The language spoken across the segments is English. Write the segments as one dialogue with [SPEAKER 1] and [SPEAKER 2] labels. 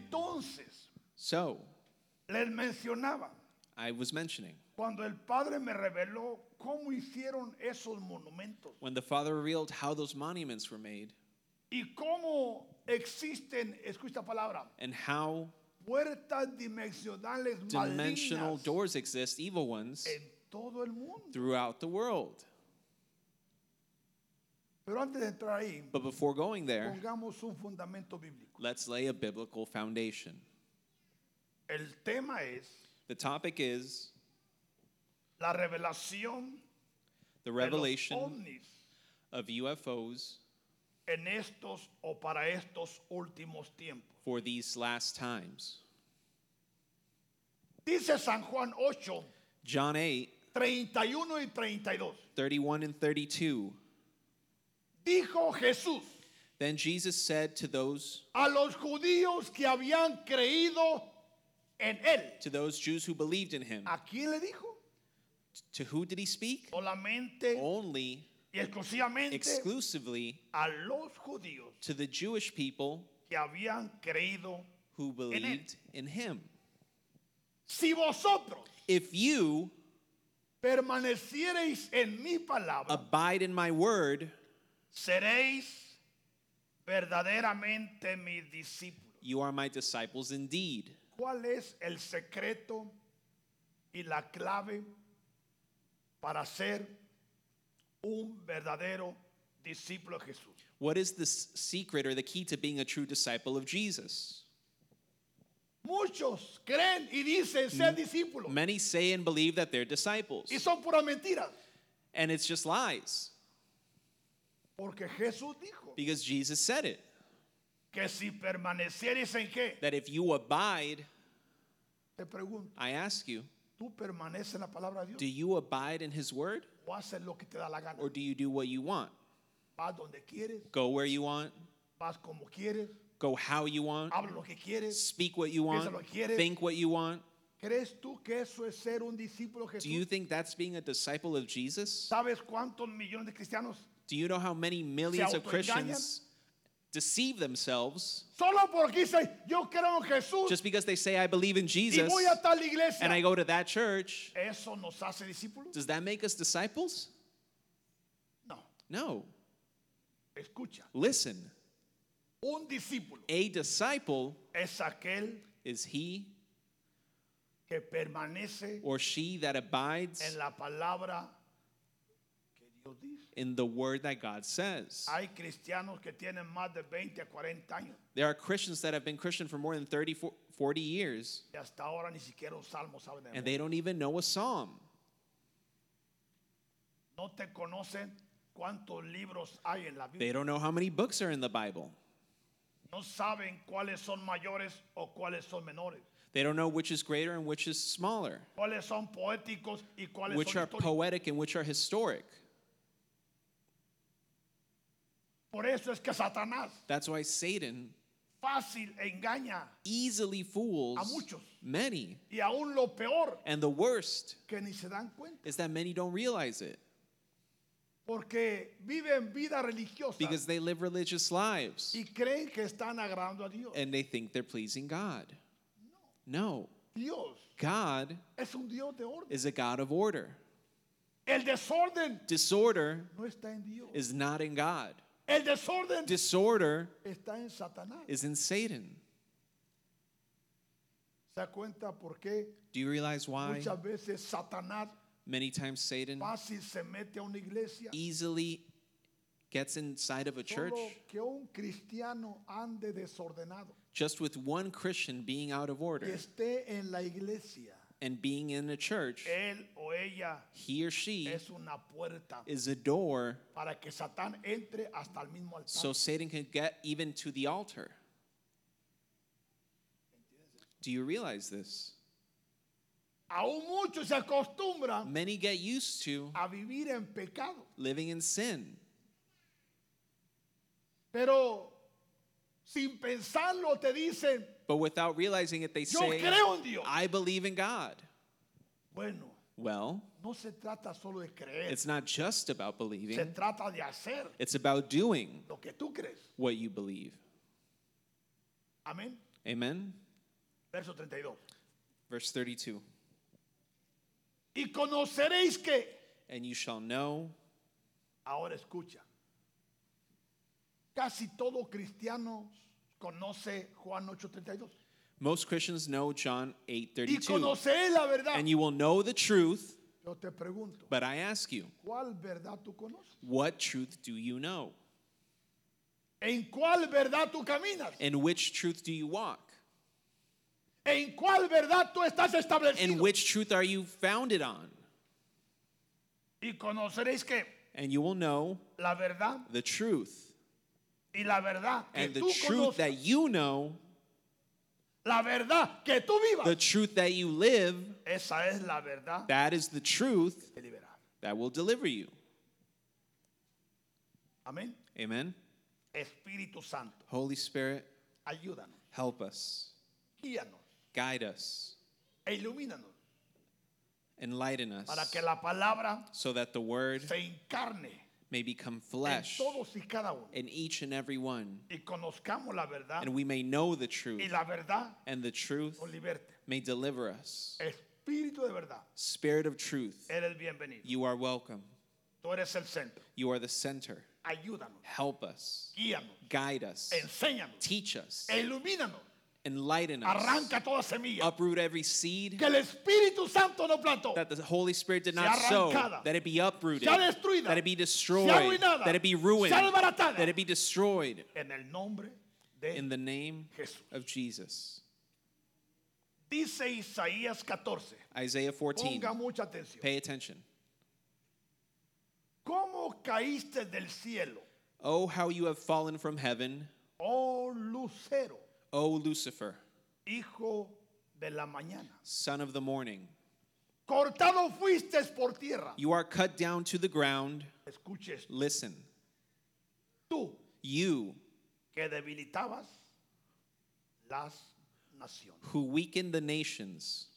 [SPEAKER 1] Entonces,
[SPEAKER 2] So
[SPEAKER 1] les mencionaba,
[SPEAKER 2] I was mentioning
[SPEAKER 1] cuando el Padre me reveló cómo hicieron esos monumentos
[SPEAKER 2] when the Father revealed how those monuments were made
[SPEAKER 1] y cómo existen, escucha esta palabra,
[SPEAKER 2] and how
[SPEAKER 1] puertas dimensionales
[SPEAKER 2] dimensional
[SPEAKER 1] malignas
[SPEAKER 2] doors exist, evil ones,
[SPEAKER 1] en todo el mundo.
[SPEAKER 2] throughout the world.
[SPEAKER 1] Pero antes de entrar ahí,
[SPEAKER 2] But before going there,
[SPEAKER 1] pongamos un fundamento bíblico.
[SPEAKER 2] let's lay a biblical foundation.
[SPEAKER 1] El tema es
[SPEAKER 2] The topic is
[SPEAKER 1] la revelación de
[SPEAKER 2] the
[SPEAKER 1] los
[SPEAKER 2] revelation
[SPEAKER 1] ovnis
[SPEAKER 2] of UFOs
[SPEAKER 1] en estos o para estos últimos tiempos.
[SPEAKER 2] for these last times.
[SPEAKER 1] Dice San Juan 8,
[SPEAKER 2] John 8,
[SPEAKER 1] 31 y 32.
[SPEAKER 2] 31 and 32.
[SPEAKER 1] Dijo Jesús
[SPEAKER 2] Then Jesus said to those
[SPEAKER 1] a los judíos que habían creído en él.
[SPEAKER 2] to those Jews who believed in him.
[SPEAKER 1] ¿A quién le dijo?
[SPEAKER 2] To who did he
[SPEAKER 1] Oh.
[SPEAKER 2] speak?
[SPEAKER 1] Solamente
[SPEAKER 2] Only
[SPEAKER 1] y exclusivamente
[SPEAKER 2] exclusively
[SPEAKER 1] a los judíos
[SPEAKER 2] to the Jewish people
[SPEAKER 1] que habían creído.
[SPEAKER 2] who believed in him.
[SPEAKER 1] Si vosotros
[SPEAKER 2] If you
[SPEAKER 1] permaneciereis en mi palabra,
[SPEAKER 2] abide in my word,
[SPEAKER 1] seréis verdaderamente mis discípulos.
[SPEAKER 2] you are my disciples indeed.
[SPEAKER 1] ¿Cuál es el secreto y la clave para ser un verdadero discípulo de Jesús?
[SPEAKER 2] What is the s- secret or the key to being a true disciple of Jesus?
[SPEAKER 1] Muchos creen y dicen ser discípulos
[SPEAKER 2] Many say and believe that they're disciples,
[SPEAKER 1] y son puras mentiras,
[SPEAKER 2] and it's just lies
[SPEAKER 1] porque Jesús dijo
[SPEAKER 2] because Jesus said it
[SPEAKER 1] que si permanecieres en qué,
[SPEAKER 2] that if you abide,
[SPEAKER 1] te pregunto,
[SPEAKER 2] I ask you,
[SPEAKER 1] ¿tú permaneces en la palabra de
[SPEAKER 2] do
[SPEAKER 1] Dios
[SPEAKER 2] you abide in his word
[SPEAKER 1] o haces lo que te da la gana?
[SPEAKER 2] or do you do what you want?
[SPEAKER 1] Vas donde quieres,
[SPEAKER 2] Go where you want,
[SPEAKER 1] vas como quieres,
[SPEAKER 2] go how you want,
[SPEAKER 1] habla lo que quieres.
[SPEAKER 2] speak what you want,
[SPEAKER 1] Piensa lo que quieres.
[SPEAKER 2] think what you want.
[SPEAKER 1] ¿Crees tú que eso es ser un discípulo de
[SPEAKER 2] Do you
[SPEAKER 1] Jesús?
[SPEAKER 2] think that's being a disciple of Jesus?
[SPEAKER 1] ¿Sabes cuántos millones de cristianos?
[SPEAKER 2] Do you know how many millions of
[SPEAKER 1] autoengañan?
[SPEAKER 2] Christians deceive themselves
[SPEAKER 1] Solo porque dicen, yo creo en Jesús
[SPEAKER 2] just because they say, I believe in
[SPEAKER 1] y
[SPEAKER 2] Jesus
[SPEAKER 1] voy a tal iglesia.
[SPEAKER 2] and I go to that church?
[SPEAKER 1] ¿Eso nos hace discípulos?
[SPEAKER 2] Does that make us disciples?
[SPEAKER 1] No,
[SPEAKER 2] No.
[SPEAKER 1] escucha.
[SPEAKER 2] Listen,
[SPEAKER 1] Un discípulo
[SPEAKER 2] a disciple
[SPEAKER 1] es aquel
[SPEAKER 2] is he
[SPEAKER 1] que permanece
[SPEAKER 2] or she that abides
[SPEAKER 1] en la palabra que Dios dice.
[SPEAKER 2] in the word that God says.
[SPEAKER 1] Hay cristianos que tienen más de 20 a 40 años
[SPEAKER 2] There are Christians that have been Christian for more than 30, 40 years,
[SPEAKER 1] y hasta ahora ni siquiera un salmo saben de
[SPEAKER 2] and
[SPEAKER 1] memoria.
[SPEAKER 2] they don't even know a psalm.
[SPEAKER 1] No te conocen cuántos libros hay en la Biblia.
[SPEAKER 2] They don't know how many books are in the Bible.
[SPEAKER 1] No saben cuáles son mayores o cuáles son menores.
[SPEAKER 2] They don't know which is greater and which is smaller,
[SPEAKER 1] Cuáles son poéticos y cuáles
[SPEAKER 2] which
[SPEAKER 1] son
[SPEAKER 2] are
[SPEAKER 1] históricos.
[SPEAKER 2] poetic and which are historic.
[SPEAKER 1] Por eso es que Satanás
[SPEAKER 2] That's why Satan
[SPEAKER 1] fácil e engaña
[SPEAKER 2] easily fools
[SPEAKER 1] muchos.
[SPEAKER 2] many.
[SPEAKER 1] y aún lo peor
[SPEAKER 2] And the worst
[SPEAKER 1] que ni se dan cuenta
[SPEAKER 2] is that many don't realize it
[SPEAKER 1] porque viven vida religiosa
[SPEAKER 2] because they live religious lives
[SPEAKER 1] y creen que están agradando a Dios.
[SPEAKER 2] and they think they're pleasing God. No,
[SPEAKER 1] Dios
[SPEAKER 2] God
[SPEAKER 1] es un Dios de orden.
[SPEAKER 2] is a God of order.
[SPEAKER 1] El desorden
[SPEAKER 2] Disorder
[SPEAKER 1] no está en Dios.
[SPEAKER 2] is not in God,
[SPEAKER 1] El desorden
[SPEAKER 2] disorder
[SPEAKER 1] está en Satanás.
[SPEAKER 2] is in Satan.
[SPEAKER 1] ¿Se da cuenta por qué
[SPEAKER 2] Do you realize why
[SPEAKER 1] muchas veces Satanás
[SPEAKER 2] many times Satan
[SPEAKER 1] fácil se mete a una iglesia
[SPEAKER 2] easily gets inside of a church?
[SPEAKER 1] Solo que un cristiano ande desordenado
[SPEAKER 2] just with one Christian being out of
[SPEAKER 1] que
[SPEAKER 2] order
[SPEAKER 1] esté en la iglesia
[SPEAKER 2] and being in a church,
[SPEAKER 1] él o ella
[SPEAKER 2] he or she
[SPEAKER 1] es una puerta
[SPEAKER 2] is a door
[SPEAKER 1] para que Satán entre hasta el mismo altar
[SPEAKER 2] so Satan can get even to the altar. Do you realize this?
[SPEAKER 1] aún muchos se acostumbran
[SPEAKER 2] Many get used to
[SPEAKER 1] a vivir en pecado
[SPEAKER 2] living in sin,
[SPEAKER 1] pero sin pensarlo te dicen
[SPEAKER 2] but without realizing it, they
[SPEAKER 1] yo
[SPEAKER 2] say,
[SPEAKER 1] creo en Dios
[SPEAKER 2] I believe in God.
[SPEAKER 1] bueno
[SPEAKER 2] Well,
[SPEAKER 1] no se trata solo de creer
[SPEAKER 2] it's not just about
[SPEAKER 1] se
[SPEAKER 2] believing,
[SPEAKER 1] trata de hacer
[SPEAKER 2] it's about doing
[SPEAKER 1] lo que tú crees
[SPEAKER 2] what you believe.
[SPEAKER 1] amén
[SPEAKER 2] Amen?
[SPEAKER 1] Verso 32.
[SPEAKER 2] Verse 32
[SPEAKER 1] Y conoceréis que,
[SPEAKER 2] And you shall know,
[SPEAKER 1] ahora escucha, casi todo cristiano conoce Juan 8:32.
[SPEAKER 2] most Christians know John 8
[SPEAKER 1] Y
[SPEAKER 2] 32.
[SPEAKER 1] conoceréis la verdad.
[SPEAKER 2] And you will know the truth,
[SPEAKER 1] Yo te pregunto,
[SPEAKER 2] but I ask you,
[SPEAKER 1] ¿cuál verdad tú conoces?
[SPEAKER 2] what truth do you know?
[SPEAKER 1] ¿En cuál verdad tú caminas?
[SPEAKER 2] And which truth do you walk?
[SPEAKER 1] ¿En cuál verdad tú estás
[SPEAKER 2] And
[SPEAKER 1] establecido?
[SPEAKER 2] which truth are you founded on?
[SPEAKER 1] Y conoceréis que
[SPEAKER 2] And you will know
[SPEAKER 1] la verdad
[SPEAKER 2] the truth.
[SPEAKER 1] y la verdad que
[SPEAKER 2] And the
[SPEAKER 1] tú conoces,
[SPEAKER 2] truth that you know,
[SPEAKER 1] la verdad que tú
[SPEAKER 2] the
[SPEAKER 1] vivas,
[SPEAKER 2] truth that you live,
[SPEAKER 1] esa es la verdad
[SPEAKER 2] that is the truth
[SPEAKER 1] que libera.
[SPEAKER 2] that will deliver you.
[SPEAKER 1] Amén.
[SPEAKER 2] Amen.
[SPEAKER 1] Espíritu Santo,
[SPEAKER 2] Holy Spirit,
[SPEAKER 1] ayúdanos,
[SPEAKER 2] help us,
[SPEAKER 1] guíanos
[SPEAKER 2] guide us,
[SPEAKER 1] e ilumínanos
[SPEAKER 2] enlighten us,
[SPEAKER 1] para que la palabra
[SPEAKER 2] so that the word
[SPEAKER 1] se encarne
[SPEAKER 2] may become
[SPEAKER 1] en
[SPEAKER 2] flesh
[SPEAKER 1] todos y cada uno
[SPEAKER 2] in each and every one,
[SPEAKER 1] y conozcamos la verdad
[SPEAKER 2] and we may know the
[SPEAKER 1] y
[SPEAKER 2] truth,
[SPEAKER 1] la verdad
[SPEAKER 2] and the truth
[SPEAKER 1] nos liberte.
[SPEAKER 2] may deliver us.
[SPEAKER 1] Espíritu de verdad,
[SPEAKER 2] Spirit of truth,
[SPEAKER 1] eres bienvenido.
[SPEAKER 2] you are welcome.
[SPEAKER 1] Tú eres el centro.
[SPEAKER 2] You are the center.
[SPEAKER 1] Ayúdanos,
[SPEAKER 2] Help us,
[SPEAKER 1] guíanos,
[SPEAKER 2] guide us,
[SPEAKER 1] enséñanos,
[SPEAKER 2] teach us,
[SPEAKER 1] e ilumínanos.
[SPEAKER 2] enlighten us,
[SPEAKER 1] Arranca toda semilla
[SPEAKER 2] uproot every seed
[SPEAKER 1] que el Espíritu Santo no plantó.
[SPEAKER 2] Ah. that the Holy Spirit did
[SPEAKER 1] Sea
[SPEAKER 2] not sow,
[SPEAKER 1] arrancada,
[SPEAKER 2] that it be uprooted,
[SPEAKER 1] sea destruida,
[SPEAKER 2] that it be destroyed,
[SPEAKER 1] arruinada,
[SPEAKER 2] that it be ruined,
[SPEAKER 1] sea desbaratada.
[SPEAKER 2] that it be destroyed.
[SPEAKER 1] En el nombre de
[SPEAKER 2] In the name
[SPEAKER 1] Jesús.
[SPEAKER 2] of Jesus.
[SPEAKER 1] Dice Isaías 14.
[SPEAKER 2] Isaiah 14.
[SPEAKER 1] Ponga mucha atención.
[SPEAKER 2] Pay attention.
[SPEAKER 1] ¿Cómo caíste del cielo,
[SPEAKER 2] Oh, how you have fallen from heaven,
[SPEAKER 1] oh lucero,
[SPEAKER 2] O Lucifer,
[SPEAKER 1] hijo de la mañana?
[SPEAKER 2] son of the morning.
[SPEAKER 1] Cortado fuiste por tierra.
[SPEAKER 2] You are cut down to the ground.
[SPEAKER 1] Escuches
[SPEAKER 2] Listen,
[SPEAKER 1] tú
[SPEAKER 2] you
[SPEAKER 1] que debilitabas las naciones.
[SPEAKER 2] who weaken the nations.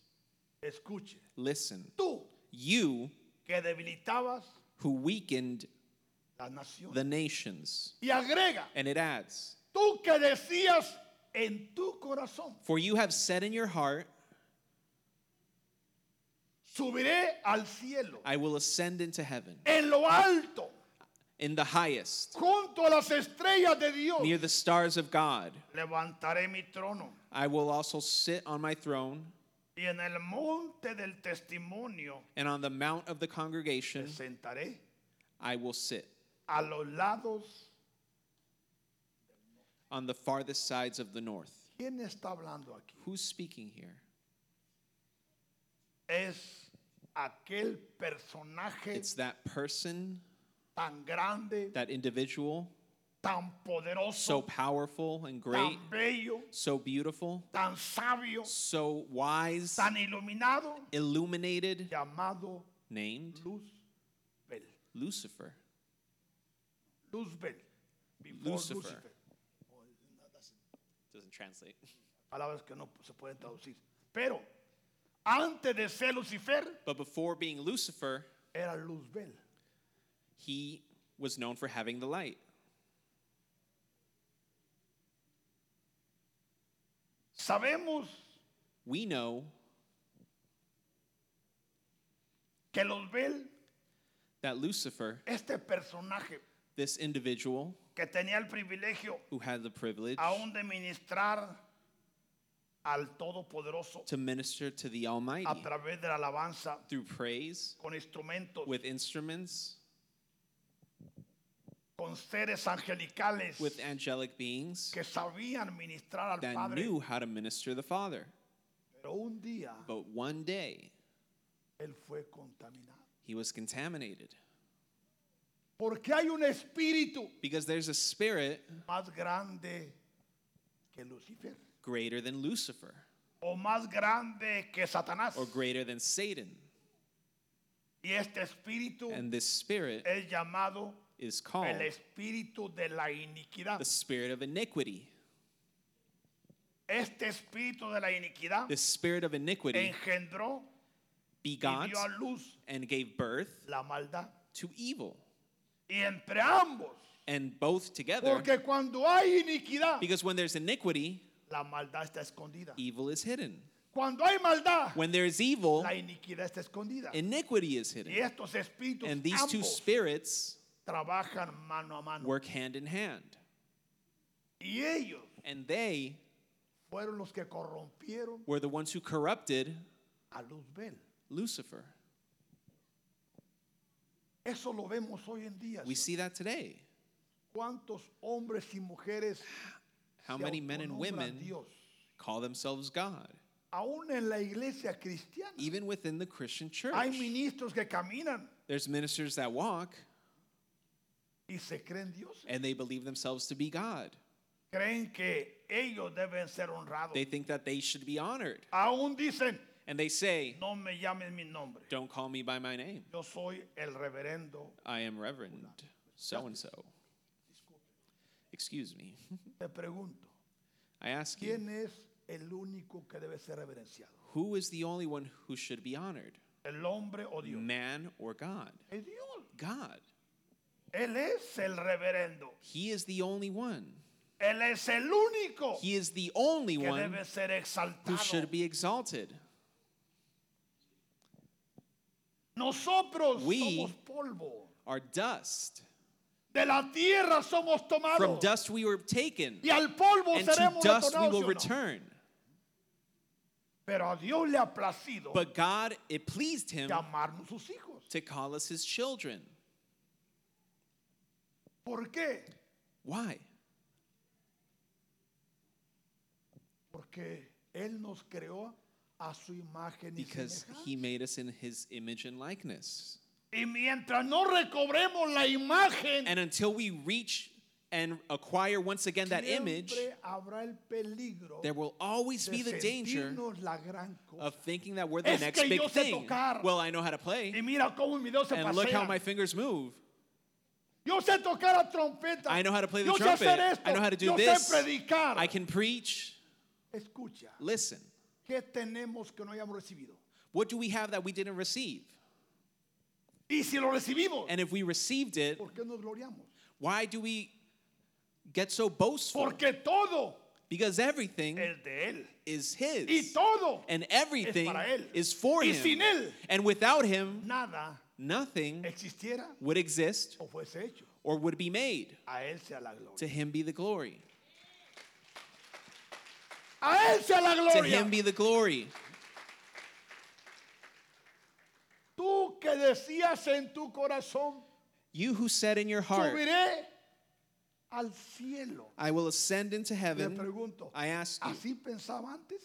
[SPEAKER 1] Escuche
[SPEAKER 2] Listen,
[SPEAKER 1] tú
[SPEAKER 2] you
[SPEAKER 1] que debilitabas
[SPEAKER 2] who weakened
[SPEAKER 1] las naciones.
[SPEAKER 2] the nations.
[SPEAKER 1] Y agrega
[SPEAKER 2] And it adds,
[SPEAKER 1] tú que decías en tu corazón,
[SPEAKER 2] For you have said in your heart,
[SPEAKER 1] subiré al cielo,
[SPEAKER 2] I will ascend into heaven,
[SPEAKER 1] en lo alto,
[SPEAKER 2] in the highest,
[SPEAKER 1] junto a las estrellas de Dios,
[SPEAKER 2] near the stars of God.
[SPEAKER 1] levantaré mi trono.
[SPEAKER 2] I will also sit on my throne
[SPEAKER 1] Y en el monte del testimonio
[SPEAKER 2] and on the mount of the
[SPEAKER 1] me
[SPEAKER 2] congregation
[SPEAKER 1] sentaré
[SPEAKER 2] I will sit
[SPEAKER 1] a los lados.
[SPEAKER 2] on the farthest sides of the north.
[SPEAKER 1] ¿Quién está hablando aquí?
[SPEAKER 2] Who's speaking here?
[SPEAKER 1] Es aquel personaje
[SPEAKER 2] It's that person,
[SPEAKER 1] tan grande,
[SPEAKER 2] that individual,
[SPEAKER 1] tan
[SPEAKER 2] so
[SPEAKER 1] poderoso,
[SPEAKER 2] powerful and great,
[SPEAKER 1] tan bello,
[SPEAKER 2] so beautiful,
[SPEAKER 1] tan sabio,
[SPEAKER 2] so wise,
[SPEAKER 1] tan iluminado,
[SPEAKER 2] illuminated,
[SPEAKER 1] llamado
[SPEAKER 2] named
[SPEAKER 1] Luzbel.
[SPEAKER 2] Lucifer.
[SPEAKER 1] Luzbel. before
[SPEAKER 2] Lucifer.
[SPEAKER 1] Lucifer.
[SPEAKER 2] Doesn't translate.
[SPEAKER 1] Palabras que no se pueden traducir. Pero antes de ser Lucifer,
[SPEAKER 2] But before being Lucifer,
[SPEAKER 1] era Luzbel.
[SPEAKER 2] he was known for having the light.
[SPEAKER 1] Sabemos
[SPEAKER 2] We know
[SPEAKER 1] que Luzbel,
[SPEAKER 2] that Lucifer,
[SPEAKER 1] este personaje
[SPEAKER 2] this individual
[SPEAKER 1] que tenía el privilegio
[SPEAKER 2] who had the privilege
[SPEAKER 1] aún de ministrar al Todopoderoso
[SPEAKER 2] to minister to the Almighty
[SPEAKER 1] a través de la alabanza
[SPEAKER 2] through praise
[SPEAKER 1] con instrumentos,
[SPEAKER 2] with instruments,
[SPEAKER 1] con seres angelicales
[SPEAKER 2] with angelic beings
[SPEAKER 1] que sabían ministrar al
[SPEAKER 2] that
[SPEAKER 1] Padre.
[SPEAKER 2] knew how to minister the Father.
[SPEAKER 1] Pero un día
[SPEAKER 2] But one day,
[SPEAKER 1] él fue contaminado.
[SPEAKER 2] he was contaminated
[SPEAKER 1] Porque hay un espíritu
[SPEAKER 2] because there's a spirit
[SPEAKER 1] más grande que Lucifer
[SPEAKER 2] greater than Lucifer
[SPEAKER 1] o más grande que Satanás.
[SPEAKER 2] or greater than Satan.
[SPEAKER 1] Y este espíritu
[SPEAKER 2] And this spirit
[SPEAKER 1] es llamado
[SPEAKER 2] is called
[SPEAKER 1] el espíritu de la iniquidad.
[SPEAKER 2] the spirit of iniquity.
[SPEAKER 1] Este espíritu de la iniquidad
[SPEAKER 2] The spirit of iniquity
[SPEAKER 1] engendró y
[SPEAKER 2] begot
[SPEAKER 1] dio a luz
[SPEAKER 2] and gave birth
[SPEAKER 1] la maldad.
[SPEAKER 2] to evil.
[SPEAKER 1] Y entre ambos,
[SPEAKER 2] And both together,
[SPEAKER 1] porque cuando hay iniquidad,
[SPEAKER 2] because when there's iniquity,
[SPEAKER 1] la maldad está escondida.
[SPEAKER 2] evil is hidden.
[SPEAKER 1] Cuando hay maldad,
[SPEAKER 2] When there is evil,
[SPEAKER 1] la iniquidad está escondida.
[SPEAKER 2] iniquity is
[SPEAKER 1] Y
[SPEAKER 2] hidden.
[SPEAKER 1] estos espíritus
[SPEAKER 2] And these two
[SPEAKER 1] ambos
[SPEAKER 2] spirits
[SPEAKER 1] trabajan mano a mano.
[SPEAKER 2] work hand in hand.
[SPEAKER 1] Y ellos
[SPEAKER 2] And they
[SPEAKER 1] fueron los que corrompieron
[SPEAKER 2] were the ones who corrupted
[SPEAKER 1] a Luzbel.
[SPEAKER 2] Lucifer.
[SPEAKER 1] Eso lo vemos hoy en día.
[SPEAKER 2] We
[SPEAKER 1] señor.
[SPEAKER 2] see that today.
[SPEAKER 1] ¿Cuántos hombres y mujeres
[SPEAKER 2] How
[SPEAKER 1] se
[SPEAKER 2] many men and
[SPEAKER 1] autonombran
[SPEAKER 2] women
[SPEAKER 1] Dios?
[SPEAKER 2] call themselves God,
[SPEAKER 1] Aún en la iglesia cristiana
[SPEAKER 2] even within the Christian
[SPEAKER 1] hay
[SPEAKER 2] church.
[SPEAKER 1] ministros que caminan
[SPEAKER 2] There's ministers that walk
[SPEAKER 1] y se creen Dios.
[SPEAKER 2] and they believe themselves to be God.
[SPEAKER 1] Creen que ellos deben ser honrados.
[SPEAKER 2] They think that they should be honored.
[SPEAKER 1] Aún dicen,
[SPEAKER 2] And they say,
[SPEAKER 1] no me llamen mi nombre.
[SPEAKER 2] Don't call me by my name.
[SPEAKER 1] Yo soy el reverendo.
[SPEAKER 2] I am Reverend so and so. Excuse me.
[SPEAKER 1] Te pregunto,
[SPEAKER 2] I ask you,
[SPEAKER 1] ¿quién es el único que debe ser reverenciado?
[SPEAKER 2] who is the only one who should be honored?
[SPEAKER 1] ¿El hombre o Dios?
[SPEAKER 2] Man or God?
[SPEAKER 1] Es Dios.
[SPEAKER 2] God.
[SPEAKER 1] Él es el reverendo.
[SPEAKER 2] He is the only one.
[SPEAKER 1] Él es el único
[SPEAKER 2] He is the only
[SPEAKER 1] que
[SPEAKER 2] one
[SPEAKER 1] debe ser
[SPEAKER 2] who
[SPEAKER 1] exaltado.
[SPEAKER 2] should be exalted.
[SPEAKER 1] Nosotros
[SPEAKER 2] We-
[SPEAKER 1] somos polvo.
[SPEAKER 2] Our dust.
[SPEAKER 1] De la tierra somos
[SPEAKER 2] From
[SPEAKER 1] tomados.
[SPEAKER 2] dust we were taken,
[SPEAKER 1] y al polvo
[SPEAKER 2] and to
[SPEAKER 1] seremos
[SPEAKER 2] dust we
[SPEAKER 1] retornados,
[SPEAKER 2] will
[SPEAKER 1] ¿sí o no?
[SPEAKER 2] return.
[SPEAKER 1] Pero a Dios le ha placido
[SPEAKER 2] But God, it pleased Him
[SPEAKER 1] llamarnos sus hijos.
[SPEAKER 2] to call us His children.
[SPEAKER 1] ¿Por qué?
[SPEAKER 2] Why?
[SPEAKER 1] Porque Él nos creó a su imagen y
[SPEAKER 2] Because
[SPEAKER 1] semejanza.
[SPEAKER 2] He made us in His image and likeness.
[SPEAKER 1] Y mientras no recobremos la imagen,
[SPEAKER 2] And until we reach and acquire once again that image,
[SPEAKER 1] siempre habrá el peligro
[SPEAKER 2] there will always be
[SPEAKER 1] de
[SPEAKER 2] the danger
[SPEAKER 1] sentirnos la gran cosa.
[SPEAKER 2] of thinking that we're the
[SPEAKER 1] Es
[SPEAKER 2] next
[SPEAKER 1] que yo
[SPEAKER 2] big
[SPEAKER 1] sé
[SPEAKER 2] thing.
[SPEAKER 1] tocar.
[SPEAKER 2] Well, I know how to
[SPEAKER 1] Y
[SPEAKER 2] play,
[SPEAKER 1] mira cómo mis dedos se
[SPEAKER 2] and look how
[SPEAKER 1] pasean.
[SPEAKER 2] my fingers move.
[SPEAKER 1] Yo sé tocar la trompeta.
[SPEAKER 2] I know how to play the
[SPEAKER 1] yo sé hacer
[SPEAKER 2] trumpet.
[SPEAKER 1] esto.
[SPEAKER 2] I know how to do
[SPEAKER 1] yo
[SPEAKER 2] this.
[SPEAKER 1] sé predicar.
[SPEAKER 2] I can preach.
[SPEAKER 1] Escucha,
[SPEAKER 2] Listen,
[SPEAKER 1] ¿qué tenemos que no hayamos recibido?
[SPEAKER 2] what do we have that we didn't receive?
[SPEAKER 1] Y si lo recibimos,
[SPEAKER 2] And if we received it,
[SPEAKER 1] ¿por qué nos gloriamos?
[SPEAKER 2] why do we get so boastful?
[SPEAKER 1] Porque todo
[SPEAKER 2] Because everything
[SPEAKER 1] es de Él.
[SPEAKER 2] is
[SPEAKER 1] Y
[SPEAKER 2] His,
[SPEAKER 1] todo,
[SPEAKER 2] and everything
[SPEAKER 1] para él.
[SPEAKER 2] is for
[SPEAKER 1] Y sin
[SPEAKER 2] Him.
[SPEAKER 1] él.
[SPEAKER 2] And without Him,
[SPEAKER 1] nada
[SPEAKER 2] nothing
[SPEAKER 1] existiera
[SPEAKER 2] would exist
[SPEAKER 1] o fuese hecho.
[SPEAKER 2] or would be made.
[SPEAKER 1] A Él sea la gloria.
[SPEAKER 2] To Him be the glory.
[SPEAKER 1] A Él sea la
[SPEAKER 2] To
[SPEAKER 1] gloria.
[SPEAKER 2] Him be the glory.
[SPEAKER 1] Tú que decías en tu corazón,
[SPEAKER 2] You who said in your heart,
[SPEAKER 1] subiré al cielo.
[SPEAKER 2] I will ascend into
[SPEAKER 1] Le
[SPEAKER 2] heaven.
[SPEAKER 1] pregunto,
[SPEAKER 2] I ask you,
[SPEAKER 1] ¿así pensaba antes?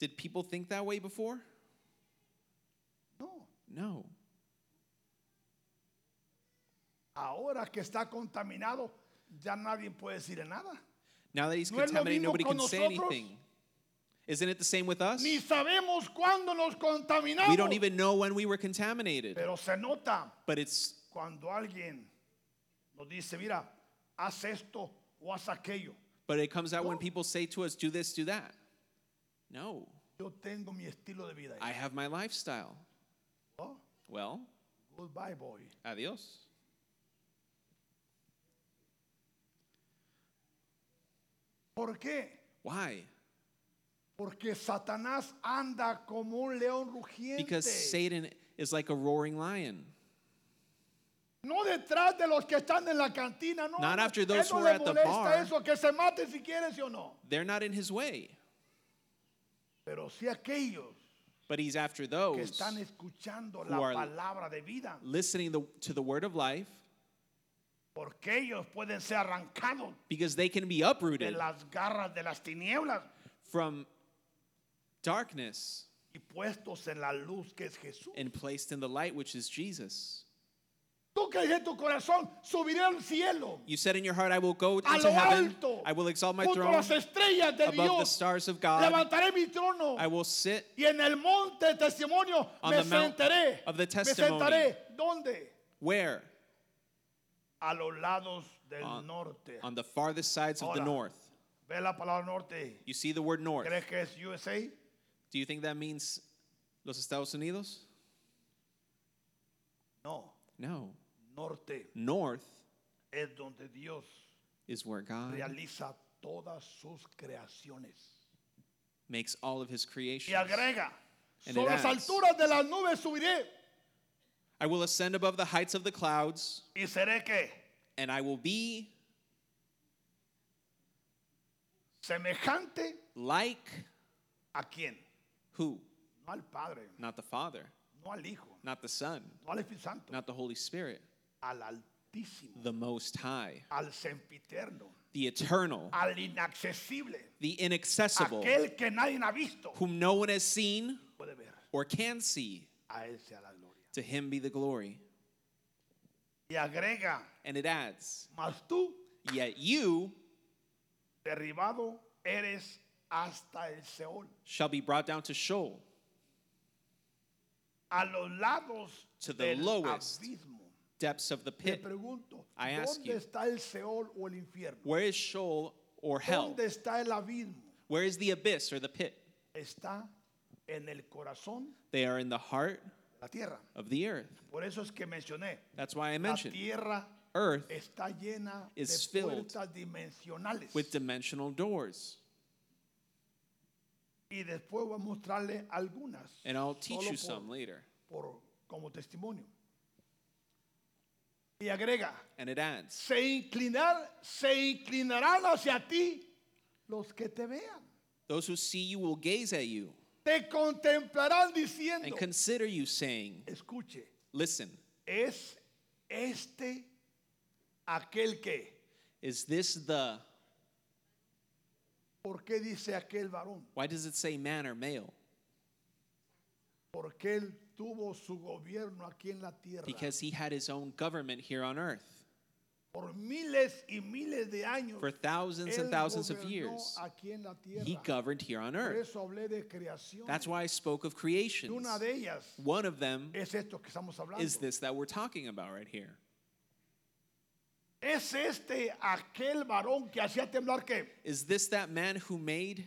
[SPEAKER 2] did people think that way before?
[SPEAKER 1] No.
[SPEAKER 2] No.
[SPEAKER 1] Ahora que está contaminado, ya nadie puede decir nada.
[SPEAKER 2] Now that he's
[SPEAKER 1] No es lo
[SPEAKER 2] contaminated,
[SPEAKER 1] mismo
[SPEAKER 2] nobody
[SPEAKER 1] con
[SPEAKER 2] can say
[SPEAKER 1] nosotros.
[SPEAKER 2] anything. Isn't it the same with us?
[SPEAKER 1] Ni sabemos cuándo nos contaminamos.
[SPEAKER 2] We don't even know when we were contaminated.
[SPEAKER 1] Pero se nota
[SPEAKER 2] But it's
[SPEAKER 1] cuando alguien nos dice, mira, haz esto o haz aquello.
[SPEAKER 2] but it comes out when people say to us, do this, do that. No.
[SPEAKER 1] Yo tengo mi estilo de vida.
[SPEAKER 2] I have my lifestyle.
[SPEAKER 1] ¿no?
[SPEAKER 2] Well,
[SPEAKER 1] Goodbye, boy.
[SPEAKER 2] adios.
[SPEAKER 1] ¿Por qué?
[SPEAKER 2] Why?
[SPEAKER 1] Porque Satanás anda como un león rugiente.
[SPEAKER 2] Because Satan is like a roaring lion.
[SPEAKER 1] no detrás de los que están en la cantina, no.
[SPEAKER 2] Not
[SPEAKER 1] no,
[SPEAKER 2] after
[SPEAKER 1] él
[SPEAKER 2] those
[SPEAKER 1] no
[SPEAKER 2] who
[SPEAKER 1] le
[SPEAKER 2] are at the
[SPEAKER 1] molesta
[SPEAKER 2] bar.
[SPEAKER 1] eso que se mate si quieres o no.
[SPEAKER 2] They're not in his way,
[SPEAKER 1] Pero sí aquellos
[SPEAKER 2] but he's after
[SPEAKER 1] que
[SPEAKER 2] those
[SPEAKER 1] están escuchando
[SPEAKER 2] are-
[SPEAKER 1] la palabra de vida,
[SPEAKER 2] listening the- to the word of life
[SPEAKER 1] porque ellos pueden ser arrancados
[SPEAKER 2] because they can be
[SPEAKER 1] de
[SPEAKER 2] uprooted
[SPEAKER 1] las garras de las tinieblas
[SPEAKER 2] from darkness
[SPEAKER 1] y puestos en la luz que es Jesús.
[SPEAKER 2] and placed in the light, which is Jesus.
[SPEAKER 1] Tú que dices en tu corazón, subiré al cielo,
[SPEAKER 2] You said in your heart, I will go
[SPEAKER 1] a
[SPEAKER 2] into
[SPEAKER 1] lo
[SPEAKER 2] heaven,
[SPEAKER 1] alto,
[SPEAKER 2] I will exalt my
[SPEAKER 1] junto a
[SPEAKER 2] throne
[SPEAKER 1] las estrellas de
[SPEAKER 2] above the
[SPEAKER 1] Dios.
[SPEAKER 2] stars of God,
[SPEAKER 1] Levantaré mi trono
[SPEAKER 2] I will sit
[SPEAKER 1] y en el monte de testimonio
[SPEAKER 2] On
[SPEAKER 1] me
[SPEAKER 2] the mount
[SPEAKER 1] sentaré.
[SPEAKER 2] of the
[SPEAKER 1] me
[SPEAKER 2] testimony.
[SPEAKER 1] sentaré. ¿Dónde?
[SPEAKER 2] where?
[SPEAKER 1] A los lados del
[SPEAKER 2] On-
[SPEAKER 1] norte.
[SPEAKER 2] On the farthest sides of the
[SPEAKER 1] Ahora.
[SPEAKER 2] north.
[SPEAKER 1] Ve la palabra norte.
[SPEAKER 2] You see the word north.
[SPEAKER 1] ¿Crees que es USA?
[SPEAKER 2] Do you think that means los Estados Unidos?
[SPEAKER 1] No.
[SPEAKER 2] No.
[SPEAKER 1] Norte
[SPEAKER 2] North
[SPEAKER 1] es donde Dios
[SPEAKER 2] is where God
[SPEAKER 1] realiza todas sus creaciones.
[SPEAKER 2] makes all of his
[SPEAKER 1] Y
[SPEAKER 2] creation.
[SPEAKER 1] agrega,
[SPEAKER 2] And
[SPEAKER 1] sobre
[SPEAKER 2] it
[SPEAKER 1] las
[SPEAKER 2] adds-
[SPEAKER 1] alturas de las nubes subiré
[SPEAKER 2] I will ascend above the heights of the clouds,
[SPEAKER 1] y seré que
[SPEAKER 2] and I will be
[SPEAKER 1] semejante
[SPEAKER 2] like
[SPEAKER 1] a quién?
[SPEAKER 2] who?
[SPEAKER 1] No al Padre,
[SPEAKER 2] Not the Father,
[SPEAKER 1] no al Hijo,
[SPEAKER 2] not the Son,
[SPEAKER 1] no al Espíritu Santo,
[SPEAKER 2] not the Holy Spirit,
[SPEAKER 1] al Altísimo,
[SPEAKER 2] the Most High,
[SPEAKER 1] al Sempiterno,
[SPEAKER 2] the Eternal,
[SPEAKER 1] al Inaccesible,
[SPEAKER 2] the Inaccessible,
[SPEAKER 1] aquel que nadie ha visto,
[SPEAKER 2] whom no one has seen
[SPEAKER 1] puede ver.
[SPEAKER 2] or can see.
[SPEAKER 1] A Él sea la gloria.
[SPEAKER 2] To him be the glory.
[SPEAKER 1] Y agrega,
[SPEAKER 2] And it adds,
[SPEAKER 1] mas tú
[SPEAKER 2] Yet you
[SPEAKER 1] derribado eres hasta el Seol.
[SPEAKER 2] shall be brought down to Sheol,
[SPEAKER 1] A los lados
[SPEAKER 2] To the
[SPEAKER 1] del
[SPEAKER 2] lowest
[SPEAKER 1] abismo.
[SPEAKER 2] depths of the
[SPEAKER 1] Te
[SPEAKER 2] pit.
[SPEAKER 1] pregunto,
[SPEAKER 2] I ask
[SPEAKER 1] ¿dónde
[SPEAKER 2] you.
[SPEAKER 1] está el Seol o el infierno?
[SPEAKER 2] Where is Sheol or hell?
[SPEAKER 1] ¿Dónde está el abismo?
[SPEAKER 2] Where is the abyss or the pit?
[SPEAKER 1] Está en el corazón
[SPEAKER 2] They are in the heart
[SPEAKER 1] de la tierra.
[SPEAKER 2] of the earth.
[SPEAKER 1] Por eso es que mencioné,
[SPEAKER 2] That's why I
[SPEAKER 1] la
[SPEAKER 2] mentioned
[SPEAKER 1] tierra
[SPEAKER 2] earth
[SPEAKER 1] está llena
[SPEAKER 2] is
[SPEAKER 1] de
[SPEAKER 2] filled
[SPEAKER 1] puertas dimensionales.
[SPEAKER 2] with dimensional doors.
[SPEAKER 1] y después voy a mostrarle algunas.
[SPEAKER 2] And I'll
[SPEAKER 1] solo
[SPEAKER 2] teach you
[SPEAKER 1] por-
[SPEAKER 2] some later.
[SPEAKER 1] por- como testimonio. Y agrega,
[SPEAKER 2] And it adds,
[SPEAKER 1] se inclinar, se inclinarán hacia ti los que te vean.
[SPEAKER 2] Those who see you will gaze at you
[SPEAKER 1] Te contemplarán diciendo,
[SPEAKER 2] and consider you, saying,
[SPEAKER 1] escuche,
[SPEAKER 2] Listen,
[SPEAKER 1] es este aquel que.
[SPEAKER 2] is this the,
[SPEAKER 1] ¿Por qué dice aquel varón?
[SPEAKER 2] why does it say man or male?
[SPEAKER 1] Porque él tuvo su gobierno aquí en la tierra
[SPEAKER 2] Because he had his own government here on earth
[SPEAKER 1] por miles y miles de años.
[SPEAKER 2] for thousands
[SPEAKER 1] él
[SPEAKER 2] and thousands of
[SPEAKER 1] gobernó
[SPEAKER 2] years.
[SPEAKER 1] Aquí en la tierra.
[SPEAKER 2] He governed here on
[SPEAKER 1] Por
[SPEAKER 2] earth.
[SPEAKER 1] eso hablé de creación.
[SPEAKER 2] That's why I spoke of creations.
[SPEAKER 1] Una de ellas
[SPEAKER 2] One of them
[SPEAKER 1] es esto que estamos hablando.
[SPEAKER 2] is this that we're talking about right here.
[SPEAKER 1] ¿Es este aquel varón que hacía temblar qué?
[SPEAKER 2] Is this that man who made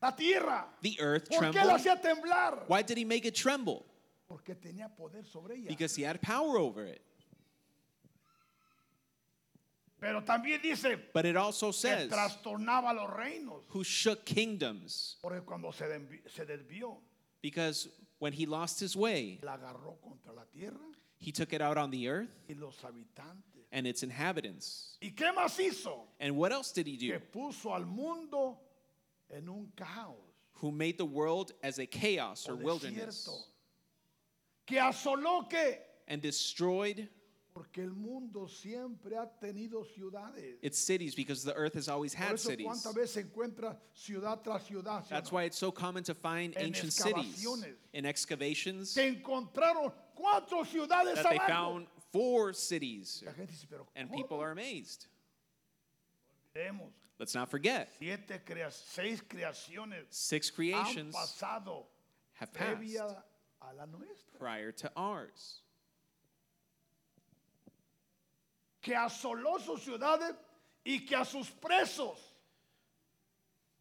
[SPEAKER 1] La tierra.
[SPEAKER 2] the earth
[SPEAKER 1] ¿Por qué la
[SPEAKER 2] tremble?
[SPEAKER 1] hacía temblar?
[SPEAKER 2] Why did he make it tremble?
[SPEAKER 1] Porque tenía poder sobre ella.
[SPEAKER 2] Because he had power over it.
[SPEAKER 1] Pero también dice
[SPEAKER 2] But it also
[SPEAKER 1] que
[SPEAKER 2] says,
[SPEAKER 1] trastornaba los reinos.
[SPEAKER 2] who shook kingdoms.
[SPEAKER 1] Porque cuando se, denvi- se desvió,
[SPEAKER 2] Because when he lost his way,
[SPEAKER 1] la agarró contra la tierra
[SPEAKER 2] he took it out on the earth
[SPEAKER 1] y los habitantes.
[SPEAKER 2] and its inhabitants.
[SPEAKER 1] ¿Y qué más hizo?
[SPEAKER 2] And what else did he do?
[SPEAKER 1] Que puso al mundo en un caos.
[SPEAKER 2] Who made the world as a chaos or
[SPEAKER 1] o
[SPEAKER 2] wilderness
[SPEAKER 1] desierto. Que asoló que.
[SPEAKER 2] and destroyed
[SPEAKER 1] Porque el mundo siempre ha tenido ciudades.
[SPEAKER 2] its cities because the earth has always
[SPEAKER 1] Por
[SPEAKER 2] had
[SPEAKER 1] eso
[SPEAKER 2] cities.
[SPEAKER 1] cuántas veces se encuentra ciudad tras ciudad. ¿sí o
[SPEAKER 2] That's
[SPEAKER 1] no?
[SPEAKER 2] why it's so common to find
[SPEAKER 1] En
[SPEAKER 2] ancient cities
[SPEAKER 1] excavaciones.
[SPEAKER 2] in excavations
[SPEAKER 1] Se encontraron cuatro ciudades
[SPEAKER 2] that they
[SPEAKER 1] abajo.
[SPEAKER 2] found four cities.
[SPEAKER 1] La gente dice, pero
[SPEAKER 2] And
[SPEAKER 1] ¿cómo?
[SPEAKER 2] people are amazed.
[SPEAKER 1] Tenemos
[SPEAKER 2] Let's not forget,
[SPEAKER 1] siete crea- seis creaciones
[SPEAKER 2] six
[SPEAKER 1] han
[SPEAKER 2] creations
[SPEAKER 1] pasado
[SPEAKER 2] have passed
[SPEAKER 1] previa a la nuestra.
[SPEAKER 2] prior to ours.
[SPEAKER 1] Que asoló sus ciudades y que a sus presos.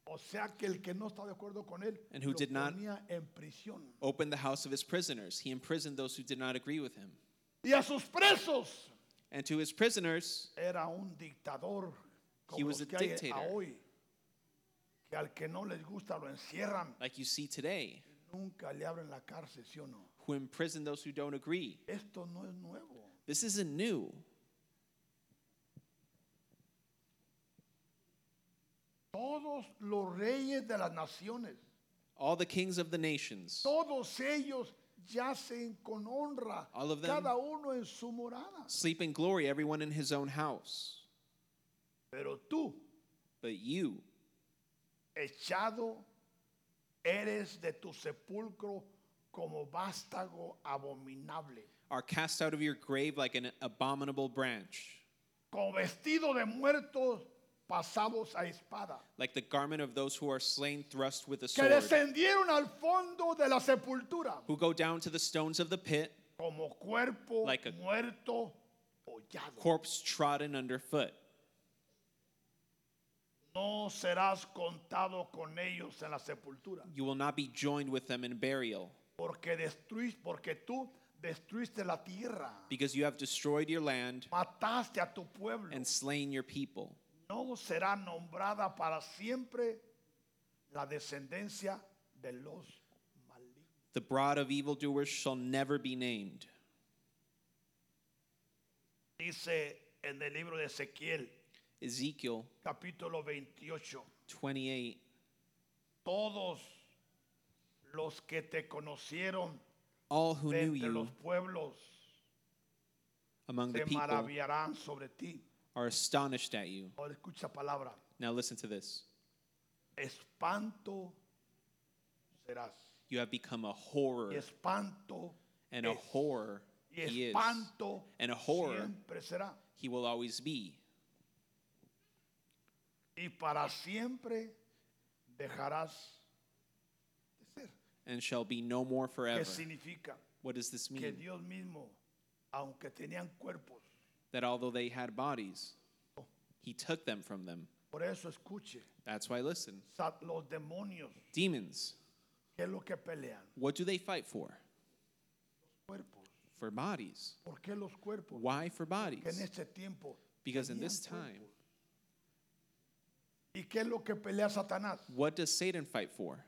[SPEAKER 1] O sea que el que no está de acuerdo con él
[SPEAKER 2] And who
[SPEAKER 1] lo
[SPEAKER 2] did not-
[SPEAKER 1] ponía en prisión.
[SPEAKER 2] opened the house of his prisoners. He imprisoned those who did not agree with him.
[SPEAKER 1] Y a sus presos
[SPEAKER 2] And to his prisoners,
[SPEAKER 1] era un dictador como
[SPEAKER 2] was
[SPEAKER 1] los
[SPEAKER 2] a
[SPEAKER 1] que hay a
[SPEAKER 2] dictator.
[SPEAKER 1] hoy que al que no les gusta lo encierran
[SPEAKER 2] like you see today,
[SPEAKER 1] nunca le abren la cárcel sí o no
[SPEAKER 2] who imprison those who don't agree.
[SPEAKER 1] esto no es nuevo
[SPEAKER 2] This isn't new.
[SPEAKER 1] todos los reyes de las naciones
[SPEAKER 2] All the kings of the nations,
[SPEAKER 1] todos ellos yacen con honra
[SPEAKER 2] All of them.
[SPEAKER 1] cada uno en su morada
[SPEAKER 2] sleep in glory, everyone in his own house.
[SPEAKER 1] pero tú
[SPEAKER 2] But you,
[SPEAKER 1] echado eres de tu sepulcro como vástago abominable
[SPEAKER 2] are cast out of your grave like an abominable branch,
[SPEAKER 1] con vestido de muertos pasados a espada
[SPEAKER 2] like the garment of those who are slain thrust with a
[SPEAKER 1] que
[SPEAKER 2] sword,
[SPEAKER 1] descendieron al fondo de la sepultura
[SPEAKER 2] who go down to the stones of the pit,
[SPEAKER 1] como cuerpo
[SPEAKER 2] Like a-
[SPEAKER 1] muerto hollado.
[SPEAKER 2] corpse trodden underfoot.
[SPEAKER 1] no serás contado con ellos en la sepultura,
[SPEAKER 2] You will not be joined with them in burial,
[SPEAKER 1] porque destruís, porque tú destruiste la tierra,
[SPEAKER 2] because you have destroyed your land
[SPEAKER 1] mataste a tu pueblo,
[SPEAKER 2] and slain your people.
[SPEAKER 1] no será nombrada para siempre la descendencia de los malignos.
[SPEAKER 2] The brood of evildoers shall never be named.
[SPEAKER 1] Dice en el libro de Ezequiel,
[SPEAKER 2] Ezekiel
[SPEAKER 1] capítulo 28,
[SPEAKER 2] 28
[SPEAKER 1] todos los que te conocieron
[SPEAKER 2] All who
[SPEAKER 1] de
[SPEAKER 2] knew
[SPEAKER 1] entre
[SPEAKER 2] you
[SPEAKER 1] los pueblos
[SPEAKER 2] among the
[SPEAKER 1] se
[SPEAKER 2] people
[SPEAKER 1] maravillarán sobre ti.
[SPEAKER 2] are astonished at you.
[SPEAKER 1] Ahora escucha esa palabra,
[SPEAKER 2] Now listen to this.
[SPEAKER 1] espanto serás.
[SPEAKER 2] You have become a
[SPEAKER 1] Y
[SPEAKER 2] horror
[SPEAKER 1] espanto
[SPEAKER 2] and a
[SPEAKER 1] es.
[SPEAKER 2] horror.
[SPEAKER 1] y
[SPEAKER 2] He is.
[SPEAKER 1] espanto
[SPEAKER 2] And a horror.
[SPEAKER 1] siempre será.
[SPEAKER 2] He will always be.
[SPEAKER 1] Y para siempre dejarás de ser.
[SPEAKER 2] and shall be no more
[SPEAKER 1] ¿Qué
[SPEAKER 2] forever.
[SPEAKER 1] significa?
[SPEAKER 2] What does this
[SPEAKER 1] Que
[SPEAKER 2] mean?
[SPEAKER 1] Dios mismo, aunque tenían cuerpos,
[SPEAKER 2] That although they had bodies, he took them from them.
[SPEAKER 1] por eso escuche,
[SPEAKER 2] That's why, listen,
[SPEAKER 1] sa- los demonios,
[SPEAKER 2] demons,
[SPEAKER 1] ¿qué es lo que pelean?
[SPEAKER 2] what do they fight for?
[SPEAKER 1] Cuerpos.
[SPEAKER 2] For bodies.
[SPEAKER 1] ¿Por qué los cuerpos?
[SPEAKER 2] Why for
[SPEAKER 1] Que en
[SPEAKER 2] bodies?
[SPEAKER 1] este tiempo.
[SPEAKER 2] Because in
[SPEAKER 1] tenían
[SPEAKER 2] this time,
[SPEAKER 1] cuerpos. ¿Y qué es lo que pelea Satanás?
[SPEAKER 2] what does Satan fight for?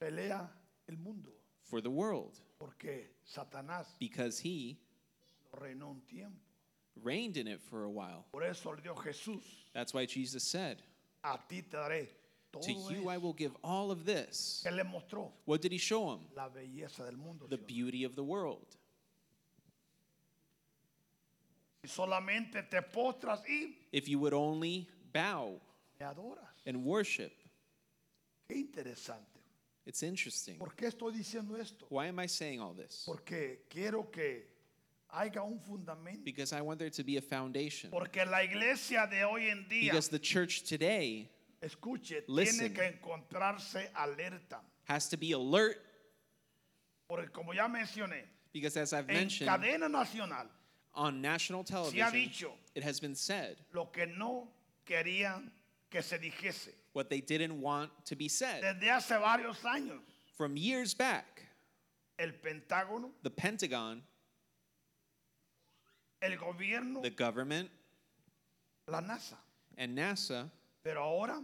[SPEAKER 1] Pelea el mundo.
[SPEAKER 2] For the world.
[SPEAKER 1] Porque Satanás
[SPEAKER 2] Because he
[SPEAKER 1] reinó un tiempo.
[SPEAKER 2] reigned in it for a while.
[SPEAKER 1] Por eso le dio Jesús.
[SPEAKER 2] That's why Jesus said,
[SPEAKER 1] A ti te daré todo.
[SPEAKER 2] To you I
[SPEAKER 1] eso.
[SPEAKER 2] will give all of this.
[SPEAKER 1] ¿Qué le mostró?
[SPEAKER 2] What did he show him?
[SPEAKER 1] La belleza del mundo.
[SPEAKER 2] The
[SPEAKER 1] Señor.
[SPEAKER 2] beauty of the world.
[SPEAKER 1] Y solamente te postras y
[SPEAKER 2] If you would only bow
[SPEAKER 1] me adoras.
[SPEAKER 2] and worship.
[SPEAKER 1] Qué interesante.
[SPEAKER 2] It's interesting.
[SPEAKER 1] ¿Por qué estoy diciendo esto?
[SPEAKER 2] Why am I saying all this?
[SPEAKER 1] Porque quiero que haya un fundamento.
[SPEAKER 2] Because I want there to be a foundation.
[SPEAKER 1] Porque la iglesia de hoy en día,
[SPEAKER 2] Because the church today
[SPEAKER 1] escuche, tiene
[SPEAKER 2] Listen.
[SPEAKER 1] que encontrarse alerta.
[SPEAKER 2] has to be alert.
[SPEAKER 1] Porque como ya mencioné,
[SPEAKER 2] Because as I've
[SPEAKER 1] en
[SPEAKER 2] mentioned,
[SPEAKER 1] cadena nacional,
[SPEAKER 2] on national television,
[SPEAKER 1] dicho.
[SPEAKER 2] it has been said
[SPEAKER 1] lo que no querían que se dijese.
[SPEAKER 2] what they didn't want to be said.
[SPEAKER 1] Desde hace varios años,
[SPEAKER 2] From years back,
[SPEAKER 1] el Pentágono,
[SPEAKER 2] the Pentagon,
[SPEAKER 1] el gobierno,
[SPEAKER 2] the government,
[SPEAKER 1] la NASA.
[SPEAKER 2] and NASA,
[SPEAKER 1] Pero ahora